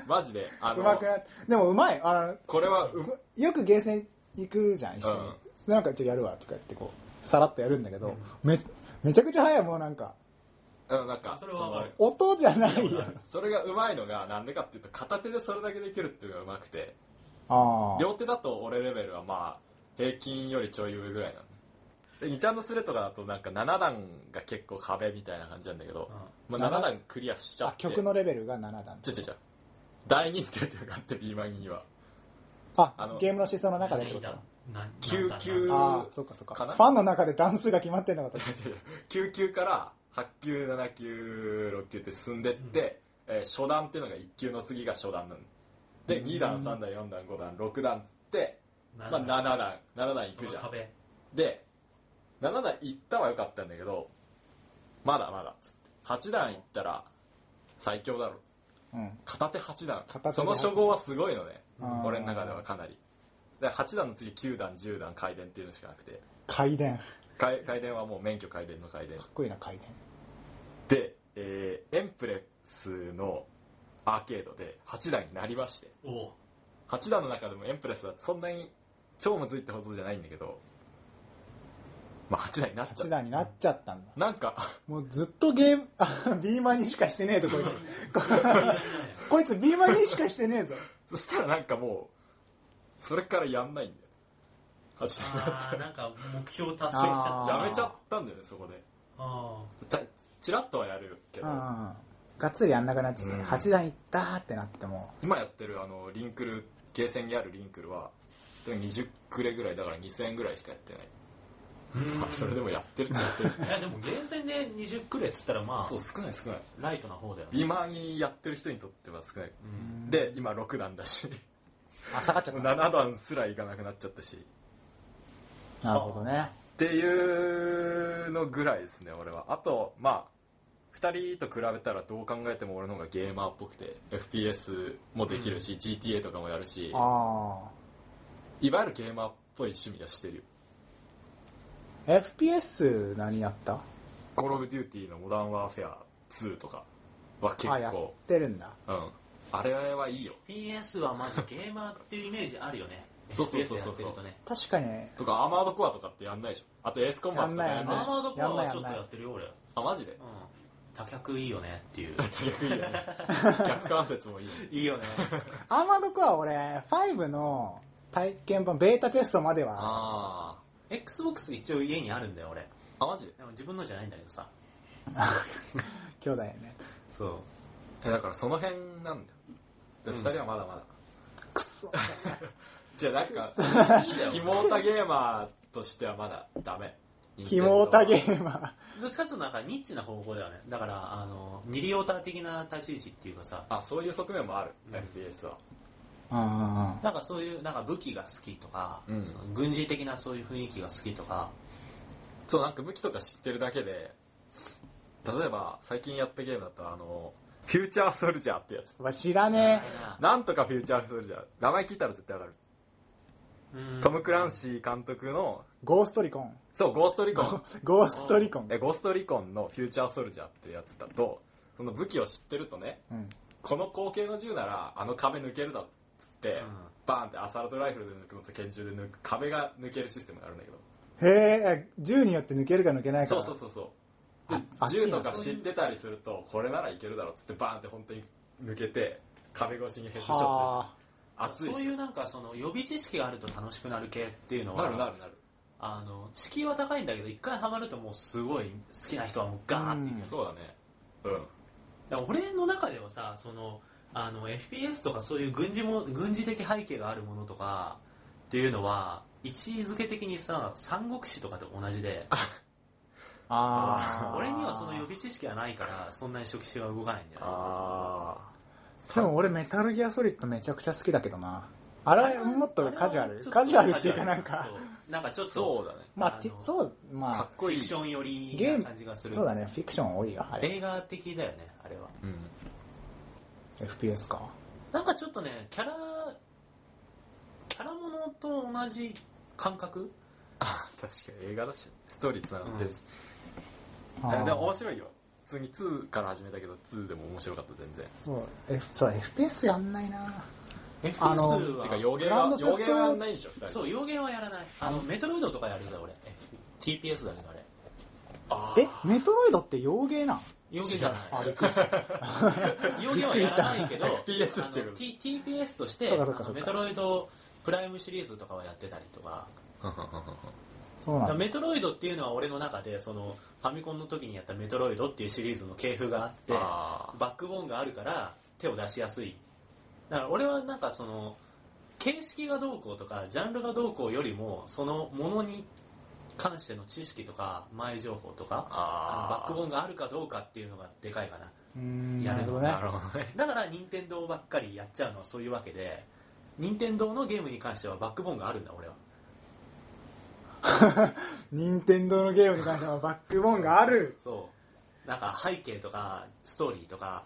[SPEAKER 3] マジで、あ
[SPEAKER 1] う
[SPEAKER 3] の、
[SPEAKER 1] まくなって、でもうまい。あの、
[SPEAKER 3] これはうま、
[SPEAKER 1] よくゲーセン行くじゃん一緒に、
[SPEAKER 3] うん
[SPEAKER 1] でなんかちょっとやるわとか言ってこうさらっとやるんだけど、めめちゃくちゃ早いもうなんか
[SPEAKER 3] あのなんか、
[SPEAKER 4] それはわかる
[SPEAKER 1] 音じゃないよ
[SPEAKER 3] それが上手いのがなんでかっていうと、片手でそれだけできるっていうのが上手くて、
[SPEAKER 1] ああ
[SPEAKER 3] 両手だと俺レベルはまあ、平均よりちょい上ぐらいなの。で、2ちゃんのスレとかだとなんか7段が結構壁みたいな感じなんだけど、まあ7段クリアしちゃっ
[SPEAKER 1] あ
[SPEAKER 3] て。
[SPEAKER 1] 曲のレベルが7段
[SPEAKER 3] ちょちょちょ。大認定というのがあって、ビーマギには。
[SPEAKER 1] あ
[SPEAKER 3] あの
[SPEAKER 1] ゲームの思想の中でって
[SPEAKER 4] 全
[SPEAKER 1] こ
[SPEAKER 4] 員
[SPEAKER 1] と
[SPEAKER 4] だな
[SPEAKER 3] 救
[SPEAKER 4] なんだ
[SPEAKER 3] 急
[SPEAKER 4] なんだ
[SPEAKER 1] ああそっかそっか
[SPEAKER 3] かな
[SPEAKER 1] ファンの中で段数が決まってんのかと思っ
[SPEAKER 3] 9級から8級、7級、6級って進んでって、えー初段っていうのが1級の次が初段なの。で、2段、3段、4段、5段、6段って、まあ7
[SPEAKER 4] なんだ
[SPEAKER 3] 段、7段いくじ
[SPEAKER 4] そ
[SPEAKER 3] ゃ
[SPEAKER 4] の
[SPEAKER 3] ん。
[SPEAKER 4] 壁
[SPEAKER 3] で、7段行ったは良かったんだけど、まだまだっつって。8段行ったら最強だろ。
[SPEAKER 1] た、うん、
[SPEAKER 3] 片手8段。
[SPEAKER 1] 片手で
[SPEAKER 3] その
[SPEAKER 1] 八段
[SPEAKER 3] 初号はすごいのね
[SPEAKER 1] うん。
[SPEAKER 3] 俺の中ではかなり。で、8段の次9段、10段、回転っていうのしかなくて。
[SPEAKER 1] 回電か
[SPEAKER 3] 回回転はもう免許回転の回転。
[SPEAKER 1] っこいいな回電
[SPEAKER 3] で、えーエンプレックスのアーケードで8段になりまして
[SPEAKER 4] おお
[SPEAKER 3] 8段の中でもエンプレスはそんなに超むずいってほどじゃないんだけどまあ8段になっちゃ
[SPEAKER 1] 8
[SPEAKER 3] った
[SPEAKER 1] 段になっちゃったんだ
[SPEAKER 3] なんか
[SPEAKER 1] もうずっとゲームあビーマにしかしてねえぞこいつここいつビーマにしかしてねえぞ
[SPEAKER 3] そしたらなんかもうそれからやんないんだよ8段にな
[SPEAKER 4] ああなんか目標達成しち
[SPEAKER 1] あ
[SPEAKER 4] ゃ
[SPEAKER 1] ー
[SPEAKER 4] った
[SPEAKER 3] やめちゃったんだよねそこで
[SPEAKER 4] あ
[SPEAKER 3] たチラッとはやるけ
[SPEAKER 1] う
[SPEAKER 3] ど
[SPEAKER 1] んうんうんがっつりやんなくなっちゃった、
[SPEAKER 3] うん
[SPEAKER 1] 8段いったーってなっても
[SPEAKER 3] 今やってるあのリンクルゲーセンにあるリンクルはでも20くれぐらいだから2000円ぐらいしかやってない、まあ、それでもやってるってやってる
[SPEAKER 4] ーいやでもゲーセンで20くれっつったらまあ
[SPEAKER 3] そう少ない少ない
[SPEAKER 4] ライトな方だよね
[SPEAKER 3] ビマにやってる人にとっては少ない、
[SPEAKER 4] うん
[SPEAKER 3] で今6段だし
[SPEAKER 1] あ下がっちゃったな
[SPEAKER 3] 7段すらいかなくなっちゃったしっ
[SPEAKER 1] るほどね
[SPEAKER 3] ていうのぐらいですね俺はあとまあ2人と比べたらどう考えても俺の方がゲーマーっぽくて FPS もできるし、GTA とかもやるし
[SPEAKER 1] あ
[SPEAKER 3] いわゆるゲーマーっぽい趣味はしてるよ
[SPEAKER 1] あ FPS 何やった
[SPEAKER 3] コール・オブ・デューティーのモダン・ワーフェア2とかは結
[SPEAKER 1] あやっ
[SPEAKER 3] 構
[SPEAKER 1] てるんだ
[SPEAKER 3] うんあれはいいよ
[SPEAKER 4] PS はマジゲーマーっていうイメージあるよね
[SPEAKER 3] そうそうそうそ
[SPEAKER 4] FPS
[SPEAKER 3] う
[SPEAKER 4] やってるとね
[SPEAKER 1] 確かに
[SPEAKER 3] とかアーマードコアとかってやんないでしょあとエースコンバットとかや
[SPEAKER 1] や
[SPEAKER 4] ア
[SPEAKER 3] ん
[SPEAKER 1] ん
[SPEAKER 4] ー
[SPEAKER 3] な
[SPEAKER 1] ない
[SPEAKER 3] で
[SPEAKER 1] い
[SPEAKER 3] し
[SPEAKER 4] マ
[SPEAKER 3] ょ
[SPEAKER 4] ードコアはちょっとやってるよ俺うん
[SPEAKER 3] あマジで
[SPEAKER 4] 多脚いいよねって いう
[SPEAKER 3] 逆いいよね逆関節もいいよね
[SPEAKER 4] いいよね
[SPEAKER 1] アーマードコア俺5の体験版ベータテストまでは
[SPEAKER 3] あ
[SPEAKER 4] XBOX 一応家にあるんだよ俺
[SPEAKER 3] ーあマジで
[SPEAKER 4] でも自分のじゃないんだけどさ
[SPEAKER 1] 兄弟やね
[SPEAKER 4] そう
[SPEAKER 3] えだからその辺なんだよで
[SPEAKER 4] うん
[SPEAKER 3] 二人はまだまだ、
[SPEAKER 1] くそ
[SPEAKER 3] じゃあなんか ひもオタゲーマーとしてはまだダ メ
[SPEAKER 1] キモオタゲ
[SPEAKER 3] ー
[SPEAKER 1] ーマ
[SPEAKER 4] どっちかっていうとなんかニッチな方向だよねだからあのニリオタ的な立ち位置っていうかさ
[SPEAKER 3] あそういう側面もある、
[SPEAKER 4] うん
[SPEAKER 3] FPS は
[SPEAKER 1] ーうんうんうん
[SPEAKER 4] なんかそういうなんか武器が好きとか、
[SPEAKER 3] うん
[SPEAKER 4] その軍事的なそういう雰囲気が好きとか
[SPEAKER 3] そうなんか武器とか知ってるだけで例えば最近やったゲームだとあのフューチャーソルジャーってやつ
[SPEAKER 1] わ知らね
[SPEAKER 4] みたいな
[SPEAKER 3] なんとかフューチャーソルジャー名前聞いたら絶対わかる
[SPEAKER 4] うん
[SPEAKER 3] トム・クランシー監督の
[SPEAKER 1] ゴーストリコン。
[SPEAKER 3] そうゴーストリコ ン
[SPEAKER 1] ゴーストリコン。
[SPEAKER 3] えゴーストリコンのフューチャーソルジャーってやつだとその武器を知ってるとね
[SPEAKER 1] うん。
[SPEAKER 3] この光景の銃ならあの壁抜けるだっつって、
[SPEAKER 2] うん
[SPEAKER 3] バーンってアサルトライフルで抜くのと拳銃で抜く壁が抜けるシステムがあるんだけど
[SPEAKER 1] へえ、銃によって抜けるか抜けないか
[SPEAKER 3] そ
[SPEAKER 1] ら。
[SPEAKER 3] うそうそうそう
[SPEAKER 1] あ
[SPEAKER 3] で
[SPEAKER 1] あっち
[SPEAKER 3] 銃
[SPEAKER 1] に
[SPEAKER 3] とか知ってたりするとこれならいけるだろうっつってバーンって本当に抜けて壁越しにヘッドショット
[SPEAKER 1] はあ。
[SPEAKER 3] 熱い
[SPEAKER 2] そう
[SPEAKER 3] し
[SPEAKER 2] いうなんかその予備知識があると楽しくなる系っていうのは
[SPEAKER 3] なるなるなる
[SPEAKER 2] あの敷居は高いんだけど一回ハマるともうすごい好きな人はもうガーっていく、
[SPEAKER 1] うん
[SPEAKER 3] そうだねうん
[SPEAKER 2] だから俺の中ではさそのあの FPS とかそういう軍事も軍事的背景があるものとかっていうのは位置づけ的にさ三国志とかと同じで
[SPEAKER 1] ああ。
[SPEAKER 2] 俺にはその予備知識がないからそんなに初期値が動かないんだよね
[SPEAKER 3] あ
[SPEAKER 1] でも俺メタルギアソリッドめちゃくちゃ好きだけどな。あれ、もっとカジュア
[SPEAKER 2] あれは
[SPEAKER 1] ル。
[SPEAKER 2] ちょっと
[SPEAKER 1] カジュアルっていうかなんか、
[SPEAKER 2] そうなんかちょっ
[SPEAKER 3] そ
[SPEAKER 2] と
[SPEAKER 3] うだね
[SPEAKER 1] まあ、
[SPEAKER 2] あの
[SPEAKER 1] てそう、ま
[SPEAKER 3] か
[SPEAKER 1] あ
[SPEAKER 3] っ、こい
[SPEAKER 2] フィ
[SPEAKER 3] い
[SPEAKER 2] クション寄り
[SPEAKER 1] ゲーム
[SPEAKER 2] な感じがする
[SPEAKER 1] そうだね、フィクション多いよ、あれ。
[SPEAKER 2] 映画的だよねあれは
[SPEAKER 3] うん
[SPEAKER 1] FPS か。
[SPEAKER 2] なんかちょっとねキャラキャラものと同じ感覚
[SPEAKER 3] あ確かに映画だしストーリーつながってるし、
[SPEAKER 1] あ
[SPEAKER 3] でも
[SPEAKER 1] ー
[SPEAKER 3] 面白いよ普通に2から始めたけど2でも面白かった全然
[SPEAKER 1] そう、F、そう、FPS やんないな。
[SPEAKER 2] FPS
[SPEAKER 1] あの
[SPEAKER 3] て
[SPEAKER 2] は
[SPEAKER 3] か予言
[SPEAKER 1] グラン
[SPEAKER 3] は
[SPEAKER 1] ドセフト
[SPEAKER 3] 予言はないでしょ2人
[SPEAKER 2] そう、妖言はやらない。あの、メトロイドとかやるぜ、俺。TPS だけど、あれ。
[SPEAKER 3] あー
[SPEAKER 1] え、メトロイドって洋芸なん
[SPEAKER 2] 妖言じゃない。
[SPEAKER 1] あ、びっくりした。
[SPEAKER 2] 妖言はやらないけど、
[SPEAKER 3] びっくりした FPS
[SPEAKER 2] あ
[SPEAKER 3] っていう
[SPEAKER 2] の T- TPS として、
[SPEAKER 1] そ
[SPEAKER 2] あ
[SPEAKER 1] うかそうかそ
[SPEAKER 2] の
[SPEAKER 1] うか
[SPEAKER 2] メトロイドプライムシリーズとかはやってたりとか、
[SPEAKER 1] そうな
[SPEAKER 2] だか
[SPEAKER 1] んだ
[SPEAKER 2] ら。メトロイドっていうのは俺の中で、その、ファミコンの時にやったメトロイドっていうシリーズの系譜があって、
[SPEAKER 3] あ
[SPEAKER 2] バックボーンがあるから手を出しやすい。だから俺はなんかその、形式がどうこうとか、ジャンルがどうこうよりも、そのものに関しての知識とか、前情報とか、あのバッ
[SPEAKER 3] あ
[SPEAKER 2] クボーンがあるかどうかっていうのがでかいかな。
[SPEAKER 1] うーん、
[SPEAKER 2] や
[SPEAKER 1] な
[SPEAKER 2] る
[SPEAKER 1] るほど
[SPEAKER 3] ー
[SPEAKER 1] ね
[SPEAKER 3] な。るほどね
[SPEAKER 2] だから、任天堂ばっかりやっちゃうのはそういうわけで、任天堂のゲームに関してはバックボーンがあるんだ、俺は。
[SPEAKER 1] 任天堂のゲームに関してはバックボーンがある。
[SPEAKER 2] そう。なんか背景とか、ストーリーとか、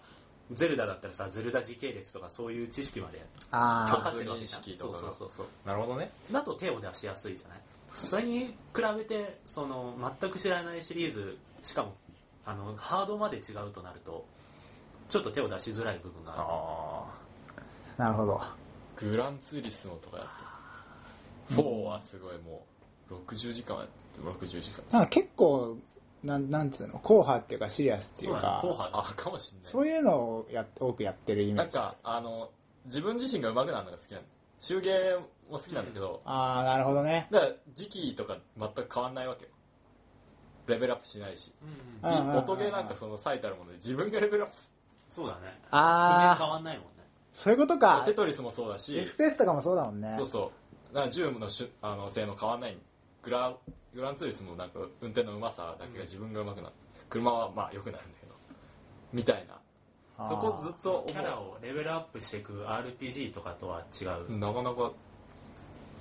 [SPEAKER 2] ゼルダだったらさ、ゼルダ時系列とかそういう知識まで
[SPEAKER 1] あ
[SPEAKER 2] か
[SPEAKER 1] あ。
[SPEAKER 2] かってるわけじゃん
[SPEAKER 3] 共通認識とかが
[SPEAKER 2] そうそうそうそう。
[SPEAKER 3] なるほどね
[SPEAKER 2] だと手を出しやすいじゃないそれに比べてその全く知らないシリーズしかもあのハードまで違うとなるとちょっと手を出しづらい部分がある
[SPEAKER 3] ああ
[SPEAKER 1] なるほど。
[SPEAKER 3] グランツーリスモとかやってる4はすごいもう60時間やって60時間
[SPEAKER 1] なんか結構、なん、なんつうの、硬派っていうかシリアスっていう
[SPEAKER 2] そう
[SPEAKER 1] か
[SPEAKER 2] だね硬、派
[SPEAKER 3] あかもしんない
[SPEAKER 1] そういうのをやっ多くやってるイメ
[SPEAKER 3] な
[SPEAKER 1] ー
[SPEAKER 3] ん
[SPEAKER 1] ジ。
[SPEAKER 3] かあの自分自身が上手くなるのが好きなんだ集芸も好きなんだけど、
[SPEAKER 1] ああ、なるほどね。
[SPEAKER 3] だから時期とか全く変わんないわけよレベルアップしないし
[SPEAKER 2] うん
[SPEAKER 1] うんうんうんうん
[SPEAKER 3] 音ゲーなんかその最たるもので自分がレベルアップす
[SPEAKER 2] そうだね
[SPEAKER 1] あー
[SPEAKER 2] 変わんないもんね
[SPEAKER 1] そういうことか
[SPEAKER 3] テ。トリスもそうだし
[SPEAKER 1] FPS とかもそうだもんね。
[SPEAKER 3] そうそうだから銃のしゅあの性能変わんないグラグランツーリスもなんか運転のうまさだけが自分がうまくなって車はまあ良くなるんだけどみたいな
[SPEAKER 1] あー
[SPEAKER 3] そこずっと思う
[SPEAKER 2] キャラをレベルアップしていく RPG とかとは違う、
[SPEAKER 3] なかなか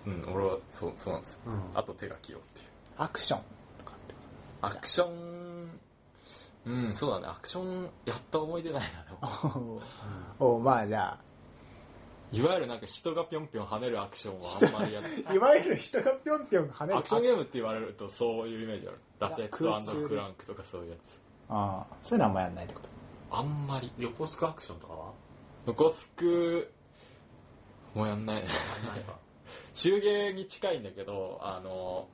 [SPEAKER 3] うん俺はそうそうなんですよ、
[SPEAKER 2] うん
[SPEAKER 3] あと手が器用っていう
[SPEAKER 1] アクション。
[SPEAKER 3] アクションうんそうだねアクションやった思い出ないなでも
[SPEAKER 1] おうまあじゃ
[SPEAKER 3] いわゆるなんか人がぴょんぴょん跳ねるアクションはあんまりやっ
[SPEAKER 1] あ、いわゆる人がぴょんぴょん跳ねる。
[SPEAKER 3] アクションゲームって言われるとそういうイメージあるラチェ
[SPEAKER 1] 空
[SPEAKER 3] ッ
[SPEAKER 1] 中で
[SPEAKER 3] トクランクとかそういうやつ
[SPEAKER 1] ああ、そういうのはあんまやんないってこと。
[SPEAKER 3] あんまり
[SPEAKER 2] 横スクアクションとかは
[SPEAKER 3] 横スクもうやんない ね
[SPEAKER 2] ないか
[SPEAKER 3] 集芸に近いんだけどあの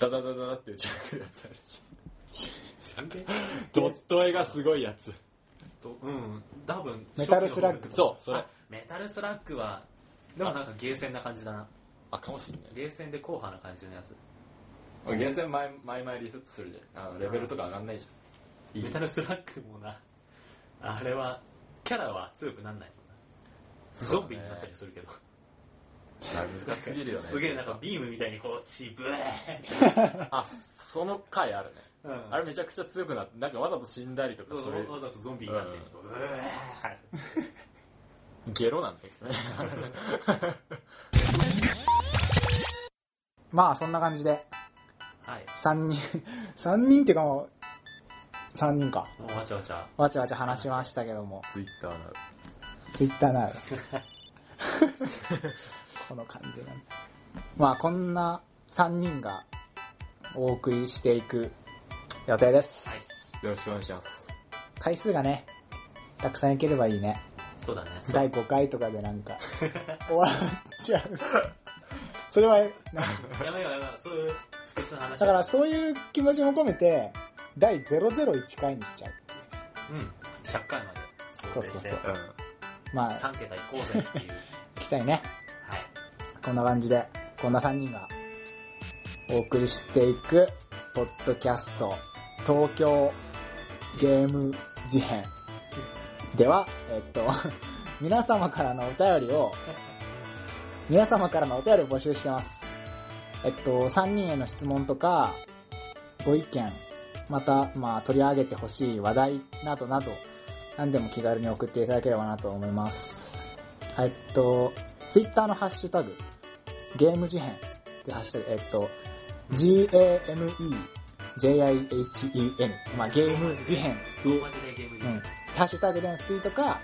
[SPEAKER 3] ダダダダダって打ち上げるやつあるしドット絵がすごいやつ
[SPEAKER 2] とうん多分
[SPEAKER 1] メタルスラッグ
[SPEAKER 3] そうそれ
[SPEAKER 2] あメタルスラッグはでもなんかゲーセンな感じだな
[SPEAKER 3] あかもしんない
[SPEAKER 2] ゲーセンで硬派な感じのやつ
[SPEAKER 3] 俺厳選毎毎毎リセットするじゃんあのレベルとか上がんないじゃんい
[SPEAKER 2] メ
[SPEAKER 3] い
[SPEAKER 2] タルスラックもな、あれは、キャラは強くなんないもんな。
[SPEAKER 3] そ
[SPEAKER 2] ゾ
[SPEAKER 3] うだね
[SPEAKER 2] ンビになったりするけど。
[SPEAKER 3] 難しすぎるよね
[SPEAKER 2] すげえなんかビームみたいにこう、ちぶえって。
[SPEAKER 3] あその回あるね
[SPEAKER 2] あ
[SPEAKER 3] あれめちゃくちゃ強くなってなんかわざと死んだりとか
[SPEAKER 2] そう
[SPEAKER 3] そう
[SPEAKER 2] そ、
[SPEAKER 3] いう
[SPEAKER 2] わ
[SPEAKER 3] う
[SPEAKER 2] ざとゾンビになってる。うえ
[SPEAKER 3] ゲロなんだけどね
[SPEAKER 1] まあそんな感じで、
[SPEAKER 2] ーはい。
[SPEAKER 1] 3人、3人っていうかもう、3人か。
[SPEAKER 2] もうわちゃわちゃ。
[SPEAKER 1] わちゃわちゃ話しましたけども、
[SPEAKER 3] ツイッターな
[SPEAKER 1] ツイッターなる。この感じなんだまあこんな3人がお送りしていく予定です。
[SPEAKER 2] はい
[SPEAKER 3] よろしくお願いします。
[SPEAKER 1] 回数がね、たくさんいければいいね。
[SPEAKER 2] そうだね
[SPEAKER 1] 第5回とかでなんか、終わっちゃう。それは、なんか
[SPEAKER 2] やめようやめようそういう不潔な話
[SPEAKER 1] だからそういう気持ちも込めて、第001回にしちゃう。
[SPEAKER 2] うん100回まで想
[SPEAKER 1] そう
[SPEAKER 2] 定して
[SPEAKER 1] そうそ
[SPEAKER 3] うん。
[SPEAKER 1] まあ、
[SPEAKER 2] 3桁いこうぜっていう
[SPEAKER 1] 行きたいね。
[SPEAKER 2] はい
[SPEAKER 1] こんな感じで、こんな3人がお送りしていく、ポッドキャスト、東京ゲーム事変では、えっと、 皆様からのお便りを、皆様からのお便りを募集してます。えっと、3人への質問とか、ご意見、また、まあ、取り上げてほしい話題などなど、何でも気軽に送っていただければなと思います。えっと、ツイッターのハッシュタグ、ゲーム事変でハッシュタグ、えっと、G-A-M-E-J-I-H-E-N、まあ、ゲーム事変
[SPEAKER 2] 大マジでゲーム
[SPEAKER 1] うん
[SPEAKER 2] 人
[SPEAKER 1] ハッシュタグでのツイートか、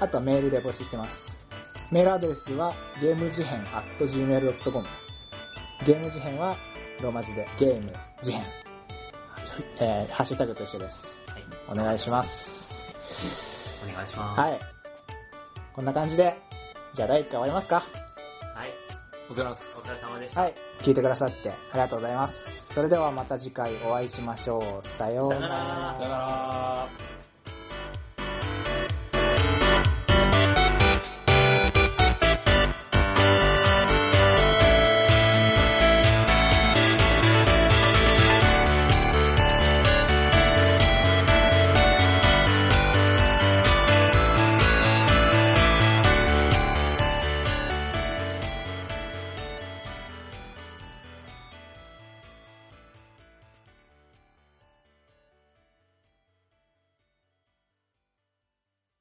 [SPEAKER 1] あとはメールで募集してます。メールアドレスは、ゲーム事変 at gmail.com。ゲーム事変は、ローマ字で、ゲーム事変。そえーハッシュタグと一緒です。
[SPEAKER 2] はい
[SPEAKER 1] お願いします。
[SPEAKER 2] お願いします
[SPEAKER 1] はい。こんな感じで、じゃあ第1回終わりますか。
[SPEAKER 2] はい
[SPEAKER 3] お疲れ様です。
[SPEAKER 2] お疲れ様でした
[SPEAKER 1] はい。聞いてくださってありがとうございます。それではまた次回お会いしましょう。さような
[SPEAKER 2] さよう
[SPEAKER 1] ら
[SPEAKER 2] なら。
[SPEAKER 3] よなら。